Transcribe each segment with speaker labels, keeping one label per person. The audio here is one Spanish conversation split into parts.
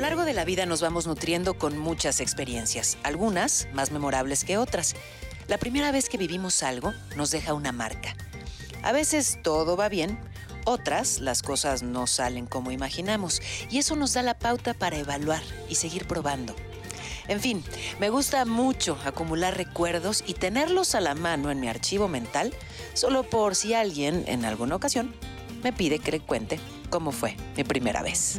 Speaker 1: largo de la vida nos vamos nutriendo con muchas experiencias, algunas más memorables que otras. La primera vez que vivimos algo nos deja una marca. A veces todo va bien, otras las cosas no salen como imaginamos y eso nos da la pauta para evaluar y seguir probando. En fin, me gusta mucho acumular recuerdos y tenerlos a la mano en mi archivo mental, solo por si alguien en alguna ocasión me pide que le cuente cómo fue mi primera vez.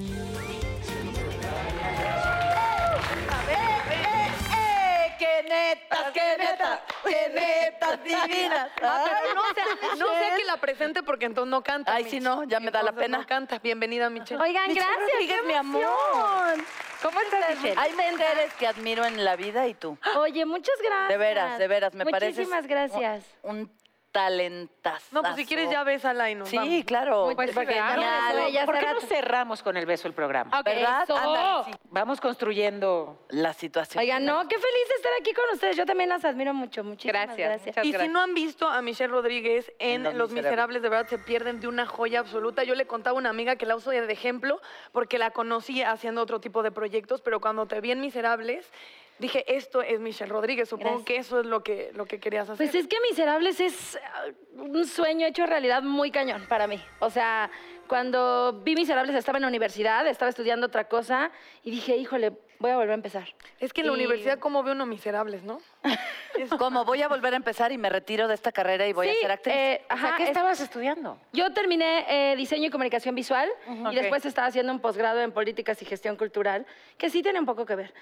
Speaker 2: Eh, ¡Qué netas, qué netas, qué netas divinas!
Speaker 3: Ah, pero no sea, no sea que la presente porque entonces no canta.
Speaker 2: Ay,
Speaker 3: Mitch.
Speaker 2: si no, ya me da la
Speaker 3: Entonces
Speaker 2: pena.
Speaker 3: No cantas. Bienvenida, Michelle.
Speaker 4: Oigan,
Speaker 2: Michelle
Speaker 4: gracias.
Speaker 2: Rodríguez,
Speaker 4: qué
Speaker 2: mi amor.
Speaker 4: emoción.
Speaker 2: ¿Cómo estás, Michelle? Hay mujeres que admiro en la vida y tú.
Speaker 4: Oye, muchas gracias.
Speaker 2: De veras, de veras, me parece.
Speaker 4: Muchísimas gracias.
Speaker 2: Un, un talentazo.
Speaker 3: No, pues si quieres ya bésala y nos
Speaker 2: Sí,
Speaker 3: vamos.
Speaker 2: claro.
Speaker 3: Pues sí,
Speaker 2: Porque
Speaker 3: claro.
Speaker 2: ya-
Speaker 4: Eso,
Speaker 2: ya
Speaker 5: ¿Por
Speaker 2: hace
Speaker 5: qué no
Speaker 2: rato.
Speaker 5: cerramos con el beso el programa?
Speaker 4: Ok,
Speaker 2: ¿Verdad?
Speaker 4: eso.
Speaker 2: Ándale, sí.
Speaker 5: Vamos construyendo.
Speaker 2: La situación.
Speaker 4: Oigan, no, qué feliz de estar aquí con ustedes. Yo también las admiro mucho. Muchísimas gracias.
Speaker 6: Gracias, muchas
Speaker 3: Y si
Speaker 6: gracias.
Speaker 3: no han visto a Michelle Rodríguez en
Speaker 2: En Los
Speaker 3: Los Miserables, de verdad se pierden de una joya absoluta. Yo le contaba a una amiga que la uso de ejemplo porque la conocí haciendo otro tipo de proyectos, pero cuando te vi en Miserables, dije, esto es Michelle Rodríguez. Supongo
Speaker 4: Gracias.
Speaker 3: que eso es lo que, lo que querías hacer.
Speaker 4: Pues es que Miserables es ah, un sueño hecho realidad muy cañón para mí. O sea, cuando vi Miserables estaba en la universidad, estaba estudiando otra cosa y dije, híjole, voy a volver a empezar.
Speaker 3: Es que en la
Speaker 4: Y-
Speaker 3: universidad, ¿cómo ve uno Miserables, no? Es-
Speaker 2: ¿Cómo? Voy a volver a empezar y me retiro de esta carrera y voy
Speaker 4: Sí,
Speaker 2: a ser actriz.
Speaker 4: eh,
Speaker 5: O sea,
Speaker 4: ajá,
Speaker 5: ¿Qué
Speaker 4: es-
Speaker 5: estabas estudiando?
Speaker 4: Yo terminé eh, diseño y comunicación visual y después estaba haciendo un posgrado en políticas y gestión cultural, que sí tiene un poco que ver.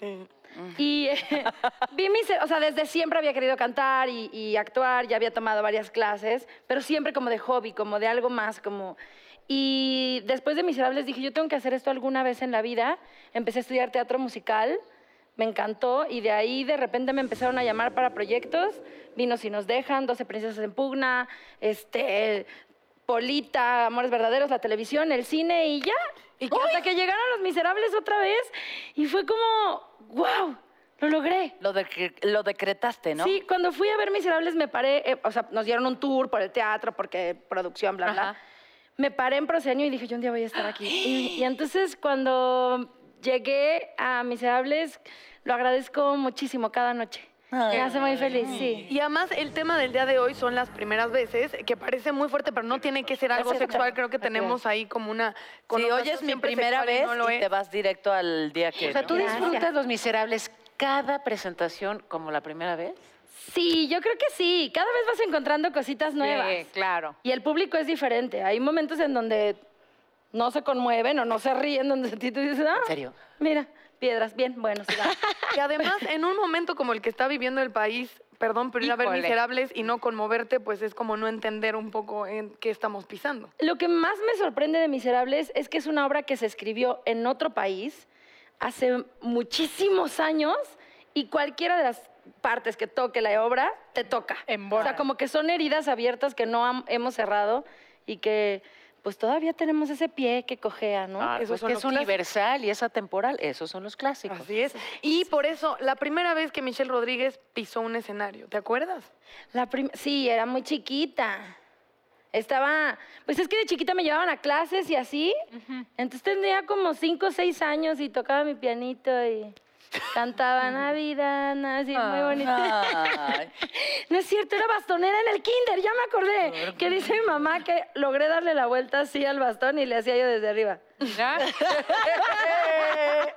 Speaker 3: Sí.
Speaker 4: Y eh, vi mis, o sea, desde siempre había querido cantar y, y actuar, ya había tomado varias clases, pero siempre como de hobby, como de algo más, como... Y después de Miserables dije, yo tengo que hacer esto alguna vez en la vida. Empecé a estudiar teatro musical, me encantó, y de ahí de repente me empezaron a llamar para proyectos. Vino Si nos dejan, 12 princesas en pugna, este... Polita, Amores Verdaderos, la televisión, el cine y ya. Y que hasta que llegaron los miserables otra vez y fue como, wow, lo logré.
Speaker 2: Lo, de- lo decretaste, ¿no?
Speaker 4: Sí, cuando fui a ver Miserables me paré, eh, o sea, nos dieron un tour por el teatro porque producción, bla, bla.
Speaker 6: Ajá.
Speaker 4: Me paré en proscenio y dije, yo un día voy a estar aquí. Y, y entonces cuando llegué a Miserables, lo agradezco muchísimo cada noche. Me hace muy feliz, sí.
Speaker 3: Y además el tema del día de hoy son las primeras veces, que parece muy fuerte, pero no tiene que ser algo
Speaker 4: Exacto.
Speaker 3: sexual. Creo que
Speaker 4: Así es.
Speaker 3: tenemos ahí como una...
Speaker 2: Si
Speaker 3: connotación
Speaker 2: hoy es mi
Speaker 3: siempre
Speaker 2: primera
Speaker 3: sexual y
Speaker 2: vez
Speaker 3: no lo
Speaker 2: y
Speaker 3: es.
Speaker 2: te vas directo al día que...
Speaker 5: O sea, ¿tú
Speaker 2: ¿no?
Speaker 4: Gracias.
Speaker 5: disfrutas Los Miserables cada presentación como la primera vez?
Speaker 4: Sí, yo creo que sí. Cada vez vas encontrando cositas nuevas.
Speaker 6: Sí, claro.
Speaker 4: Y el público es diferente. Hay momentos en donde no se conmueven o no se ríen, donde a ti tú dices, ah,
Speaker 5: ¿En serio?
Speaker 4: mira, piedras, bien, bueno, sigamos".
Speaker 3: Y además, en un momento como el que está viviendo el país, perdón, pero ir a ver
Speaker 6: Híjole.
Speaker 3: miserables y no conmoverte, pues es como no entender un poco en qué estamos pisando.
Speaker 4: Lo que más me sorprende de Miserables es que es una obra que se escribió en otro país hace muchísimos años y cualquiera de las partes que toque la obra te toca.
Speaker 6: Embona.
Speaker 4: O sea, como que son heridas abiertas que no ham- hemos cerrado y que pues todavía tenemos ese pie que cojea, ¿no?
Speaker 5: Ah,
Speaker 3: Esos
Speaker 5: pues
Speaker 3: son
Speaker 5: que
Speaker 3: los
Speaker 5: es universal y es atemporal. Esos son los clásicos.
Speaker 3: Así es. Y por eso, la primera vez que Michelle Rodríguez pisó un escenario, ¿te acuerdas?
Speaker 4: La prim- sí, era muy chiquita. Estaba, pues es que de chiquita me llevaban a clases y así. Entonces tenía como cinco o seis años y tocaba mi pianito y cantaba Navidad, na- así muy
Speaker 5: Ah.
Speaker 4: bonito.
Speaker 2: Ay,
Speaker 4: No es cierto, era bastonera en el kinder, ya me acordé. Que dice mi mamá que logré darle la vuelta así al bastón y le hacía yo desde arriba.
Speaker 6: Mira,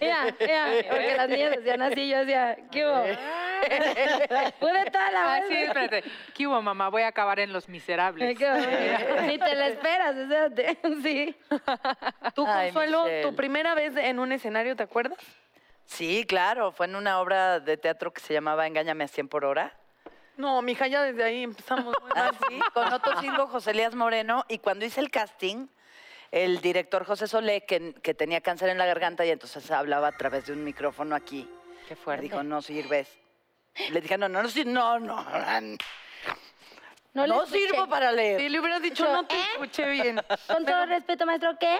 Speaker 4: Mira, mira, porque las niñas decían así, yo hacía, ¿qué hubo? Pude toda la
Speaker 6: así,
Speaker 4: vez.
Speaker 6: Ah, espérate. ¿Qué hubo, mamá? Voy a acabar en Los Miserables.
Speaker 4: ¿Qué hubo? Ni te la esperas, o sea, te- sí.
Speaker 3: Tú,
Speaker 2: Ay,
Speaker 3: Consuelo,
Speaker 2: Michelle.
Speaker 3: tu primera vez en un escenario, ¿te acuerdas?
Speaker 2: Sí, claro, fue en una obra de teatro que se llamaba Engáñame a 100 por hora.
Speaker 3: No, mija, ya desde ahí empezamos. muy mal.
Speaker 2: Así, con Otto Silvo, José Elías Moreno. Y cuando hice el casting, el director José Solé, que, que tenía cáncer en la garganta y entonces hablaba a través de un micrófono aquí.
Speaker 5: Qué
Speaker 2: Me
Speaker 5: fuerte.
Speaker 2: dijo, no sirves. Le dije, no, no, no, sir- no, no, no,
Speaker 4: No, le
Speaker 2: no
Speaker 4: escuché.
Speaker 2: sirvo para leer.
Speaker 3: Si le hubieras dicho, no
Speaker 2: ¿eh?
Speaker 3: te escuché bien.
Speaker 4: Con todo respeto, maestro, ¿qué?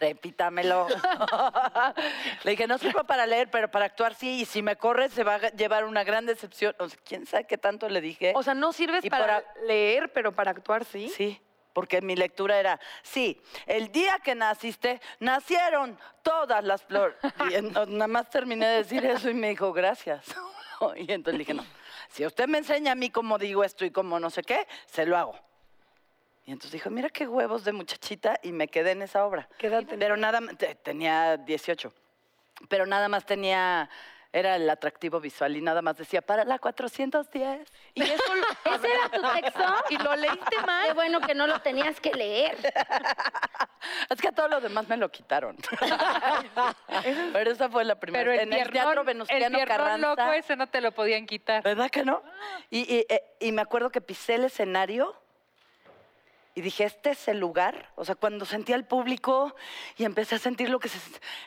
Speaker 2: Repítamelo. Le dije, no sirvo para leer, pero para actuar sí. Y si me corres, se va a llevar una gran decepción. O sea, quién sabe qué tanto le dije.
Speaker 3: O sea, no sirves
Speaker 2: Eh, Y
Speaker 3: para
Speaker 2: para-
Speaker 3: leer, pero para actuar sí.
Speaker 2: sí. porque mi lectura era, sí, el día que naciste, nacieron todas las flores. Y en- nada más terminé de decir eso y me dijo, gracias. Y entonces le dije, no, si usted me enseña a mí cómo digo esto y cómo no sé qué, se lo hago. Y entonces dijo, mira qué huevos de muchachita y me quedé en esa obra.
Speaker 3: ¿Qué edad
Speaker 2: Pero nada, m- te- tenía 18. Pero nada más tenía, era el atractivo visual y nada más decía, para la 410.
Speaker 3: Y eso lo-
Speaker 4: ¿Ese era tu texto?
Speaker 3: y lo leíste
Speaker 4: Qué
Speaker 3: mal.
Speaker 4: bueno que no lo tenías que leer.
Speaker 2: Es que a todo lo demás me lo quitaron. Pero esa fue la primera.
Speaker 6: Pero el,
Speaker 2: en el
Speaker 6: piernón,
Speaker 2: Teatro
Speaker 6: el
Speaker 2: Venustiano
Speaker 6: piernón
Speaker 2: Carranza.
Speaker 6: loco ese no te lo podían quitar.
Speaker 2: ¿Verdad que no? Y, y, eh, y me acuerdo que pisé el escenario y dije, este es el lugar. O sea, cuando sentí al público y empecé a sentir lo que se,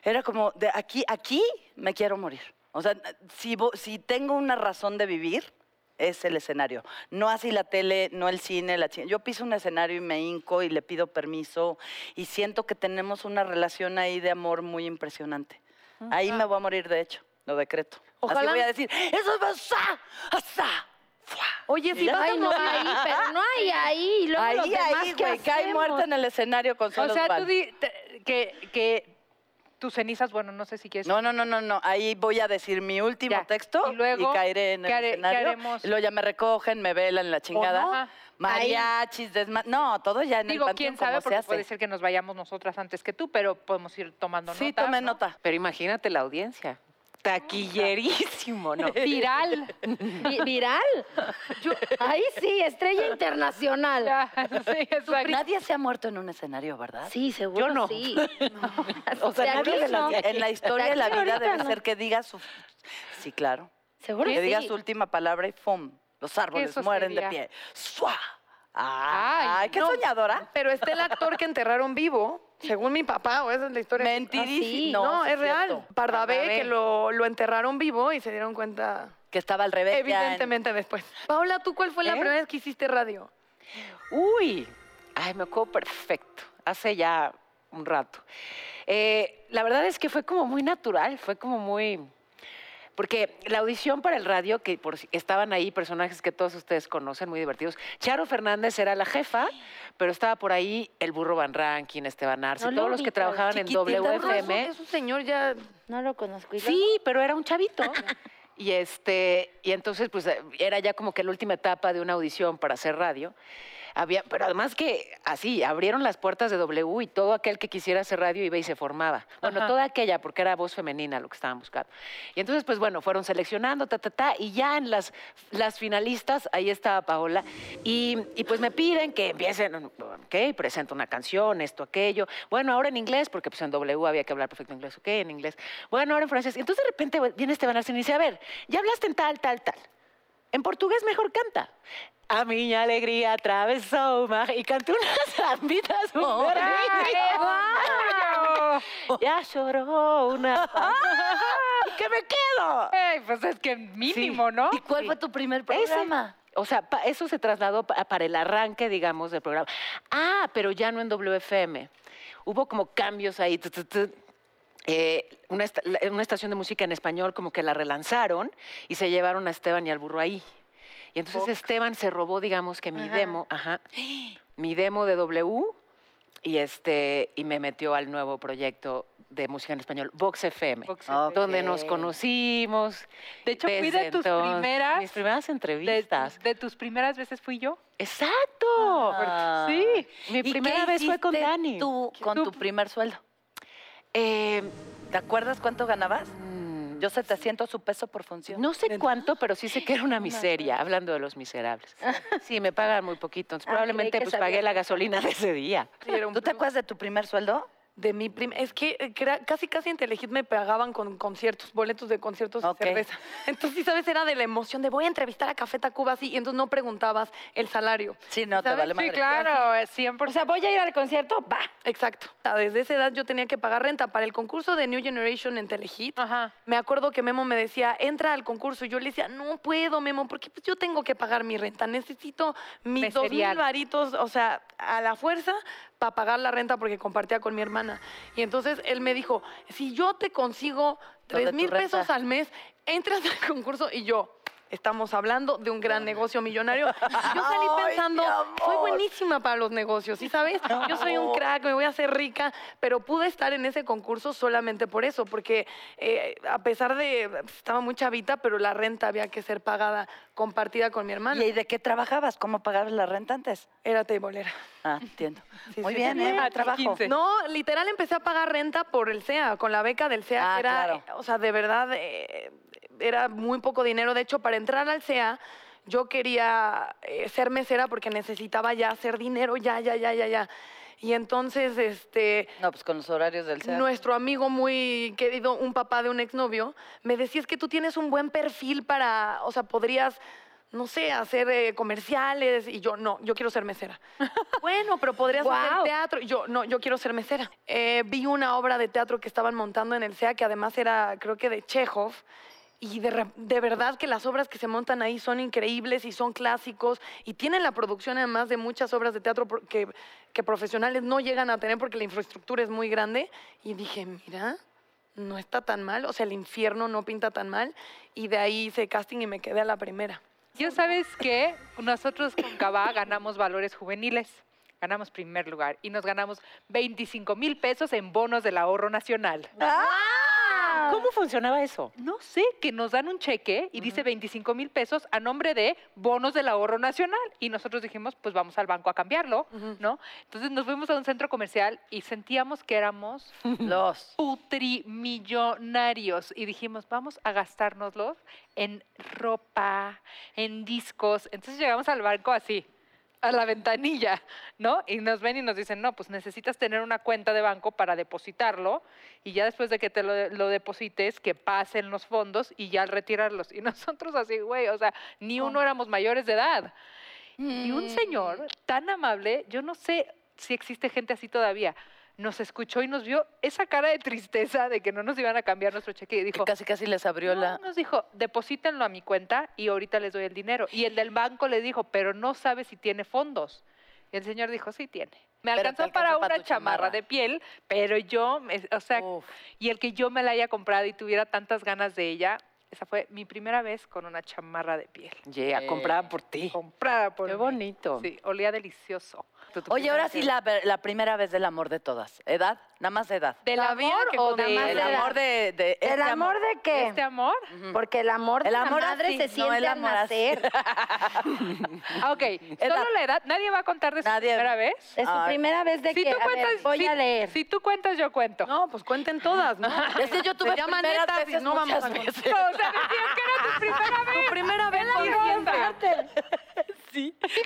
Speaker 2: era como, de aquí, aquí me quiero morir. O sea, si, vo- si tengo una razón de vivir, es el escenario. No así la tele, no el cine, la chi- Yo piso un escenario y me hinco y le pido permiso y siento que tenemos una relación ahí de amor muy impresionante. Ahí me voy a morir, de hecho, lo decreto. Así
Speaker 3: Ah. Ojalá.
Speaker 2: voy a decir, eso es asá, asá, fuá".
Speaker 3: Oye, si
Speaker 2: Mira.
Speaker 3: vas a
Speaker 4: Ay, no
Speaker 3: morir-
Speaker 4: ahí, pero no hay ahí. Y luego los
Speaker 2: Ahí,
Speaker 4: demás,
Speaker 2: ahí,
Speaker 4: ¿qué
Speaker 2: güey, cae
Speaker 4: hacemos?
Speaker 2: muerta en el escenario con
Speaker 6: O
Speaker 2: solo
Speaker 6: sea, tú di te- que, que tus cenizas, bueno, no sé si quieres.
Speaker 2: No, no, no, no, no. Ahí voy a decir mi último
Speaker 6: Ya.
Speaker 2: texto
Speaker 6: Y luego,
Speaker 2: caeré en el
Speaker 6: ¿qué haré- qué
Speaker 2: escenario.
Speaker 6: haremos?
Speaker 2: Y luego ya me recogen, me velan la chingada.
Speaker 6: no? Ajá.
Speaker 2: Mariachis, desma... No, todo ya en
Speaker 6: Digo,
Speaker 2: el panteón
Speaker 6: quién
Speaker 2: como
Speaker 6: sabe,
Speaker 2: se
Speaker 6: porque
Speaker 2: hace.
Speaker 6: puede ser que nos vayamos nosotras antes que tú, pero podemos ir tomando
Speaker 2: Sí,
Speaker 6: nota.
Speaker 2: tomé
Speaker 6: ¿no?
Speaker 2: nota.
Speaker 5: Pero imagínate la audiencia. Taquillerísimo, ¿no?
Speaker 6: Viral.
Speaker 4: Vi- ¿Viral? Yo- ahí sí, estrella internacional.
Speaker 6: Ya, sí, exacto.
Speaker 2: Nadie se ha muerto en un escenario, ¿verdad?
Speaker 4: Sí, seguro
Speaker 5: Yo no.
Speaker 4: sí.
Speaker 2: O sea,
Speaker 4: De
Speaker 2: nadie
Speaker 4: aquí
Speaker 2: de la-
Speaker 4: no.
Speaker 2: en la historia de la
Speaker 4: aquí
Speaker 2: vida
Speaker 4: ahorita
Speaker 2: debe
Speaker 4: no.
Speaker 2: ser que diga su... Sí, claro.
Speaker 4: Seguro
Speaker 2: Que
Speaker 4: sí.
Speaker 2: diga su última palabra y ¡fum! Los árboles
Speaker 6: Eso
Speaker 2: mueren
Speaker 6: sería.
Speaker 2: de pie. ¡Sua!
Speaker 6: Ay,
Speaker 2: ¡Ay! qué
Speaker 6: no.
Speaker 2: soñadora!
Speaker 3: Pero está el actor que enterraron vivo, según mi papá, o esa es la historia.
Speaker 2: Mentirísimo.
Speaker 4: Ah, sí.
Speaker 3: No,
Speaker 2: sí
Speaker 3: es real.
Speaker 2: cierto.
Speaker 3: Pardavé, que
Speaker 6: Pardavé.
Speaker 3: lo, lo enterraron vivo y se dieron cuenta
Speaker 2: Que estaba al revés. ya en-
Speaker 3: evidentemente después. Paula, ¿tú cuál fue la
Speaker 5: ¿Eh?
Speaker 3: primera vez que hiciste radio?
Speaker 5: Uy, ay, me acuerdo perfecto. Hace ya un rato. Eh, la verdad es que fue como muy natural, fue como muy. Porque la audición para el radio, que por si- estaban ahí personajes que todos ustedes conocen, muy divertidos. Charo Fernández era la jefa, pero estaba por ahí el burro Van Rankin, Esteban Arce,
Speaker 4: No lo
Speaker 5: todos los que
Speaker 4: ubico,
Speaker 5: trabajaban en
Speaker 2: chiquitito,
Speaker 5: WFM.
Speaker 3: Ah, Es un señor ya...
Speaker 4: No lo conozco. ¿y luego?
Speaker 5: Sí, pero era un chavito. Y este, y entonces pues eh, era ya como que la última etapa de una audición para hacer radio. Había, pero además que así, abrieron las puertas de W y todo aquel que quisiera hacer radio iba y se formaba. Bueno,
Speaker 6: Ajá.
Speaker 5: toda aquella, porque era voz femenina lo que estaban buscando. Y entonces, pues bueno, fueron seleccionando, ta, ta, ta, y ya en las, las finalistas, ahí estaba Paola, y, y pues me piden que empiecen, ok, presento una canción, esto, aquello. Bueno, ahora en inglés, porque pues en W había que hablar perfecto inglés, ok, en inglés. Bueno, ahora en francés. Y entonces de repente bueno, viene Esteban Arce y me dice, a ver, ya hablaste en tal, tal, tal. En portugués mejor canta. A mi alegría atravesó o mar y canté unas zambitas muy maravillosas. Ya lloró una. ¿Y qué me quedo?
Speaker 6: Ey, pues es que mínimo, ¿no?
Speaker 2: ¿Y cuál fue tu primer programa?
Speaker 5: O sea, pa- eso se trasladó pa- para el arranque, digamos, del programa. Ah, pero ya no en WFM. Hubo como cambios ahí. tu, tu, tu. Eh, una, esta- la- una estación de música en español como que la relanzaron y se llevaron a Esteban y al burro ahí. Y entonces Esteban se robó, digamos, que mi demo, ajá, mi demo de W y, este, y me metió al nuevo proyecto de música en español, Vox FM,
Speaker 6: Vox
Speaker 2: Ok.
Speaker 5: donde nos conocimos.
Speaker 6: De hecho, fui
Speaker 5: Desde
Speaker 6: de tus
Speaker 5: entonces-
Speaker 6: primeras.
Speaker 5: Mis primeras
Speaker 6: de,
Speaker 5: entrevistas.
Speaker 6: de tus primeras veces fui yo.
Speaker 5: Exacto.
Speaker 2: Ah.
Speaker 6: Sí.
Speaker 5: Mi
Speaker 2: ¿Y qué
Speaker 5: primera vez fue con
Speaker 2: hiciste
Speaker 5: Dani.
Speaker 2: Tú, con tu primer sueldo.
Speaker 5: Eh,
Speaker 2: ¿Te acuerdas cuánto ganabas?
Speaker 5: mm,
Speaker 2: Yo 700 su peso por función.
Speaker 5: no sé cuánto, pero sí sé que era una miseria, hablando de los miserables. Sí, me pagan muy poquito. entonces
Speaker 4: Ah,
Speaker 5: probablemente
Speaker 4: creí que
Speaker 5: pues pagué
Speaker 4: sabías.
Speaker 5: la gasolina de ese día.
Speaker 3: Sí, era un
Speaker 2: ¿Tú te
Speaker 3: plus.
Speaker 2: acuerdas de tu primer sueldo?
Speaker 3: De mi prima. Es que, eh, que era- casi, casi en Telehit me pagaban con conciertos, boletos de conciertos
Speaker 2: Ok.
Speaker 3: y cerveza. Entonces, sí, ¿sabes? Era de la emoción de voy a entrevistar a Café Tacuba así. Y entonces no preguntabas el salario.
Speaker 2: Sí, no, te
Speaker 3: ¿Sabes?
Speaker 2: vale
Speaker 3: Sí,
Speaker 2: madre.
Speaker 6: Sí, claro, eh, es 100%.
Speaker 4: O sea, voy a ir al concierto, va.
Speaker 3: Exacto. O sea, Desde esa edad yo tenía que pagar renta para el concurso de New Generation en Telehit.
Speaker 6: Ajá.
Speaker 3: Me acuerdo que Memo me decía, entra al concurso. Y yo le decía, no puedo, Memo, porque pues, yo tengo que pagar mi renta. Necesito mis dos mil
Speaker 6: Meserial.
Speaker 3: varitos, o sea, a la fuerza, para pagar la renta porque compartía con mi hermana. Y entonces él me dijo, si yo te consigo
Speaker 2: Lo de
Speaker 3: tres
Speaker 2: tu
Speaker 3: mil
Speaker 2: renta.
Speaker 3: pesos al mes, entras al concurso y yo. Estamos hablando de un gran negocio millonario. Yo salí
Speaker 2: Ay,
Speaker 3: pensando,
Speaker 2: mi amor.
Speaker 3: soy buenísima para los negocios, ¿sí sabes? Yo soy un crack, me voy a hacer rica, pero pude estar en ese concurso solamente por eso, porque eh, a pesar de, estaba muy chavita, pero la renta había que ser pagada, compartida con mi hermana.
Speaker 2: ¿Y ahí de qué trabajabas? ¿Cómo pagabas la renta antes?
Speaker 3: Era teibolera.
Speaker 2: Ah, entiendo.
Speaker 3: Sí,
Speaker 2: Muy
Speaker 3: sí,
Speaker 2: bien,
Speaker 3: sí.
Speaker 2: ¿eh?
Speaker 6: Ah,
Speaker 2: Buen trabajo.
Speaker 6: 15.
Speaker 3: No, literal empecé a pagar renta por el SEA, con la beca del SEA.
Speaker 2: Ah,
Speaker 3: era,
Speaker 2: claro.
Speaker 3: eh, O sea, de verdad, eh, era muy poco dinero. De hecho, para entrar al SEA, yo quería eh, ser mesera porque necesitaba ya hacer dinero, ya, ya, ya, ya, ya. Y entonces, este,
Speaker 2: No, pues con los horarios del CEA.
Speaker 3: nuestro amigo muy querido, un papá de un exnovio, me decía, es que tú tienes un buen perfil para, o sea, podrías, no sé, hacer eh, comerciales. Y yo, no, yo quiero ser mesera. bueno, pero podrías hacer
Speaker 4: Guau.
Speaker 3: teatro. Y Yo, no, yo quiero ser mesera. Eh, vi una obra de teatro que estaban montando en el SEA, que además era, creo que de Chekhov. Y de, re- de verdad que las obras que se montan ahí son increíbles y son clásicos y tienen la producción además de muchas obras de teatro por- que, que profesionales no llegan a tener porque la infraestructura es muy grande. Y dije, mira, no está tan mal, o sea, el infierno no pinta tan mal. Y de ahí hice casting y me quedé a la primera.
Speaker 6: Ya sabes que nosotros con Cava ganamos valores juveniles. Ganamos primer lugar y nos ganamos 25 mil pesos en bonos del ahorro nacional.
Speaker 5: ¿Cómo funcionaba eso?
Speaker 6: No sé, que nos dan un cheque y dice 25 mil pesos a nombre de bonos del ahorro nacional. Y nosotros dijimos, pues vamos al banco a cambiarlo,
Speaker 3: Ujú.
Speaker 6: ¿no? Entonces nos fuimos a un centro comercial y sentíamos que éramos
Speaker 2: Los.
Speaker 6: putrimillonarios y dijimos, vamos a gastárnoslos en ropa, en discos. Entonces llegamos al banco así, a la ventanilla, ¿no? Y nos ven y nos dicen, no, pues necesitas tener una cuenta de banco para depositarlo y ya después de que te lo, lo deposites, que pasen los fondos y ya al retirarlos. Y nosotros así, güey, o sea, ni uno éramos mayores de edad. Y un señor tan amable, yo no sé si existe gente así todavía, nos escuchó y nos vio esa cara de tristeza de que no nos iban a cambiar nuestro cheque y dijo,
Speaker 2: Casi, casi les abrió
Speaker 6: "No",
Speaker 2: la.
Speaker 6: nos dijo, deposítenlo a mi cuenta y ahorita les doy el dinero. Y el del banco le dijo, pero no sabe si tiene fondos. Y el señor dijo, sí tiene. Me
Speaker 2: Pero te
Speaker 6: alcanzó
Speaker 2: alcanzó
Speaker 6: para
Speaker 2: para
Speaker 6: una
Speaker 2: tu chamarra. Oh.
Speaker 6: chamarra de piel, pero yo, me- o sea,
Speaker 2: Uf.
Speaker 6: y el que yo me la haya comprado y tuviera tantas ganas de ella, esa fue mi primera vez con una chamarra de piel.
Speaker 5: Yeah,
Speaker 2: Eh.
Speaker 5: compraba por ti.
Speaker 6: Comprada por
Speaker 5: Qué
Speaker 6: mí.
Speaker 5: bonito.
Speaker 6: Sí, olía delicioso.
Speaker 2: Oye, ahora sí la, ver- la primera vez del amor de todas. ¿Edad? Nada más edad.
Speaker 6: ¿Del
Speaker 3: La vida
Speaker 6: amor
Speaker 3: que
Speaker 6: o
Speaker 3: contamos.
Speaker 6: de
Speaker 3: Nada más
Speaker 2: el
Speaker 3: edad.
Speaker 2: amor de. de este
Speaker 7: ¿El amor de
Speaker 6: de
Speaker 7: qué?
Speaker 6: este amor?
Speaker 2: Ujú.
Speaker 7: Porque el amor de
Speaker 2: El
Speaker 7: la
Speaker 2: amor
Speaker 7: madre
Speaker 2: así,
Speaker 7: se
Speaker 2: no
Speaker 7: siente
Speaker 2: el
Speaker 7: al
Speaker 2: amor así.
Speaker 7: nacer.
Speaker 6: Ah, ok. Solo la edad. Nadie va a contar de su
Speaker 2: Nadie.
Speaker 6: primera vez.
Speaker 7: Es su
Speaker 2: Ay.
Speaker 7: primera vez de
Speaker 6: Si
Speaker 7: que
Speaker 6: tú
Speaker 7: a ver,
Speaker 6: cuentas,
Speaker 7: voy
Speaker 6: si-
Speaker 7: a leer.
Speaker 6: Si tú cuentas, yo cuento.
Speaker 3: No, pues cuenten todas, ¿no?
Speaker 2: Es que yo
Speaker 3: Se
Speaker 2: tuve
Speaker 3: llaman
Speaker 2: primeras
Speaker 3: netas y
Speaker 2: veces
Speaker 3: no vamos
Speaker 2: muchas
Speaker 3: a contar.
Speaker 2: veces.
Speaker 6: No, o sea, decían que era tu primera vez.
Speaker 3: Tu primera vez
Speaker 6: la
Speaker 3: con
Speaker 6: ironía.
Speaker 3: fiesta.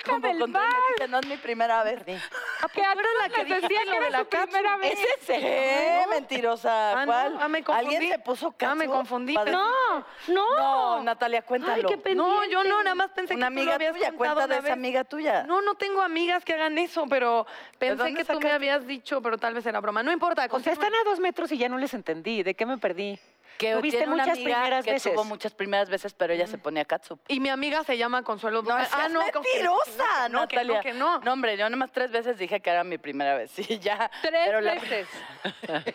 Speaker 2: Como
Speaker 6: del
Speaker 2: con tres meses, no es mi primera vez.
Speaker 6: Que a todos
Speaker 3: la que
Speaker 6: les decían
Speaker 3: dijiste
Speaker 6: que
Speaker 3: lo de
Speaker 6: era
Speaker 3: la
Speaker 6: su primera vez.
Speaker 2: ¿Es ese? ¿Qué? Mentirosa.
Speaker 3: Ah, no,
Speaker 2: ¿Cuál?
Speaker 3: ah, me confundí.
Speaker 2: ¿Alguien se puso caso?
Speaker 3: Ah, me confundí,
Speaker 2: para
Speaker 3: pero-
Speaker 2: decir-
Speaker 7: No, no.
Speaker 2: No, Natalia, cuéntalo.
Speaker 7: qué pe-
Speaker 3: No, yo no,
Speaker 7: pendiente.
Speaker 3: nada más pensé
Speaker 2: Una
Speaker 3: que tú lo
Speaker 2: amiga
Speaker 3: habías
Speaker 2: tuya,
Speaker 3: contado
Speaker 2: cuenta de
Speaker 3: una
Speaker 2: esa
Speaker 3: vez.
Speaker 2: amiga tuya.
Speaker 3: No, no tengo amigas que hagan eso, pero pensé
Speaker 2: dónde
Speaker 3: que tú me
Speaker 2: sacaste?
Speaker 3: habías dicho, pero tal vez era broma. No importa,
Speaker 5: O sea,
Speaker 3: continúa.
Speaker 5: están a dos metros y ya no les entendí. ¿De qué me perdí?
Speaker 2: que
Speaker 5: tuviste
Speaker 2: tiene una
Speaker 5: muchas
Speaker 2: amiga
Speaker 5: primeras
Speaker 2: que
Speaker 5: veces.
Speaker 2: tuvo muchas primeras veces, pero ella se ponía catsup.
Speaker 3: Y mi amiga se llama Consuelo
Speaker 2: No,
Speaker 3: Ducal.
Speaker 2: seas
Speaker 3: que- que-
Speaker 2: mentirosa,
Speaker 3: que no, que no,
Speaker 2: Natalia.
Speaker 3: que no.
Speaker 2: No, hombre, yo nomás tres veces dije que era mi primera vez. Sí, ya.
Speaker 6: Tres
Speaker 2: pero la-
Speaker 6: veces.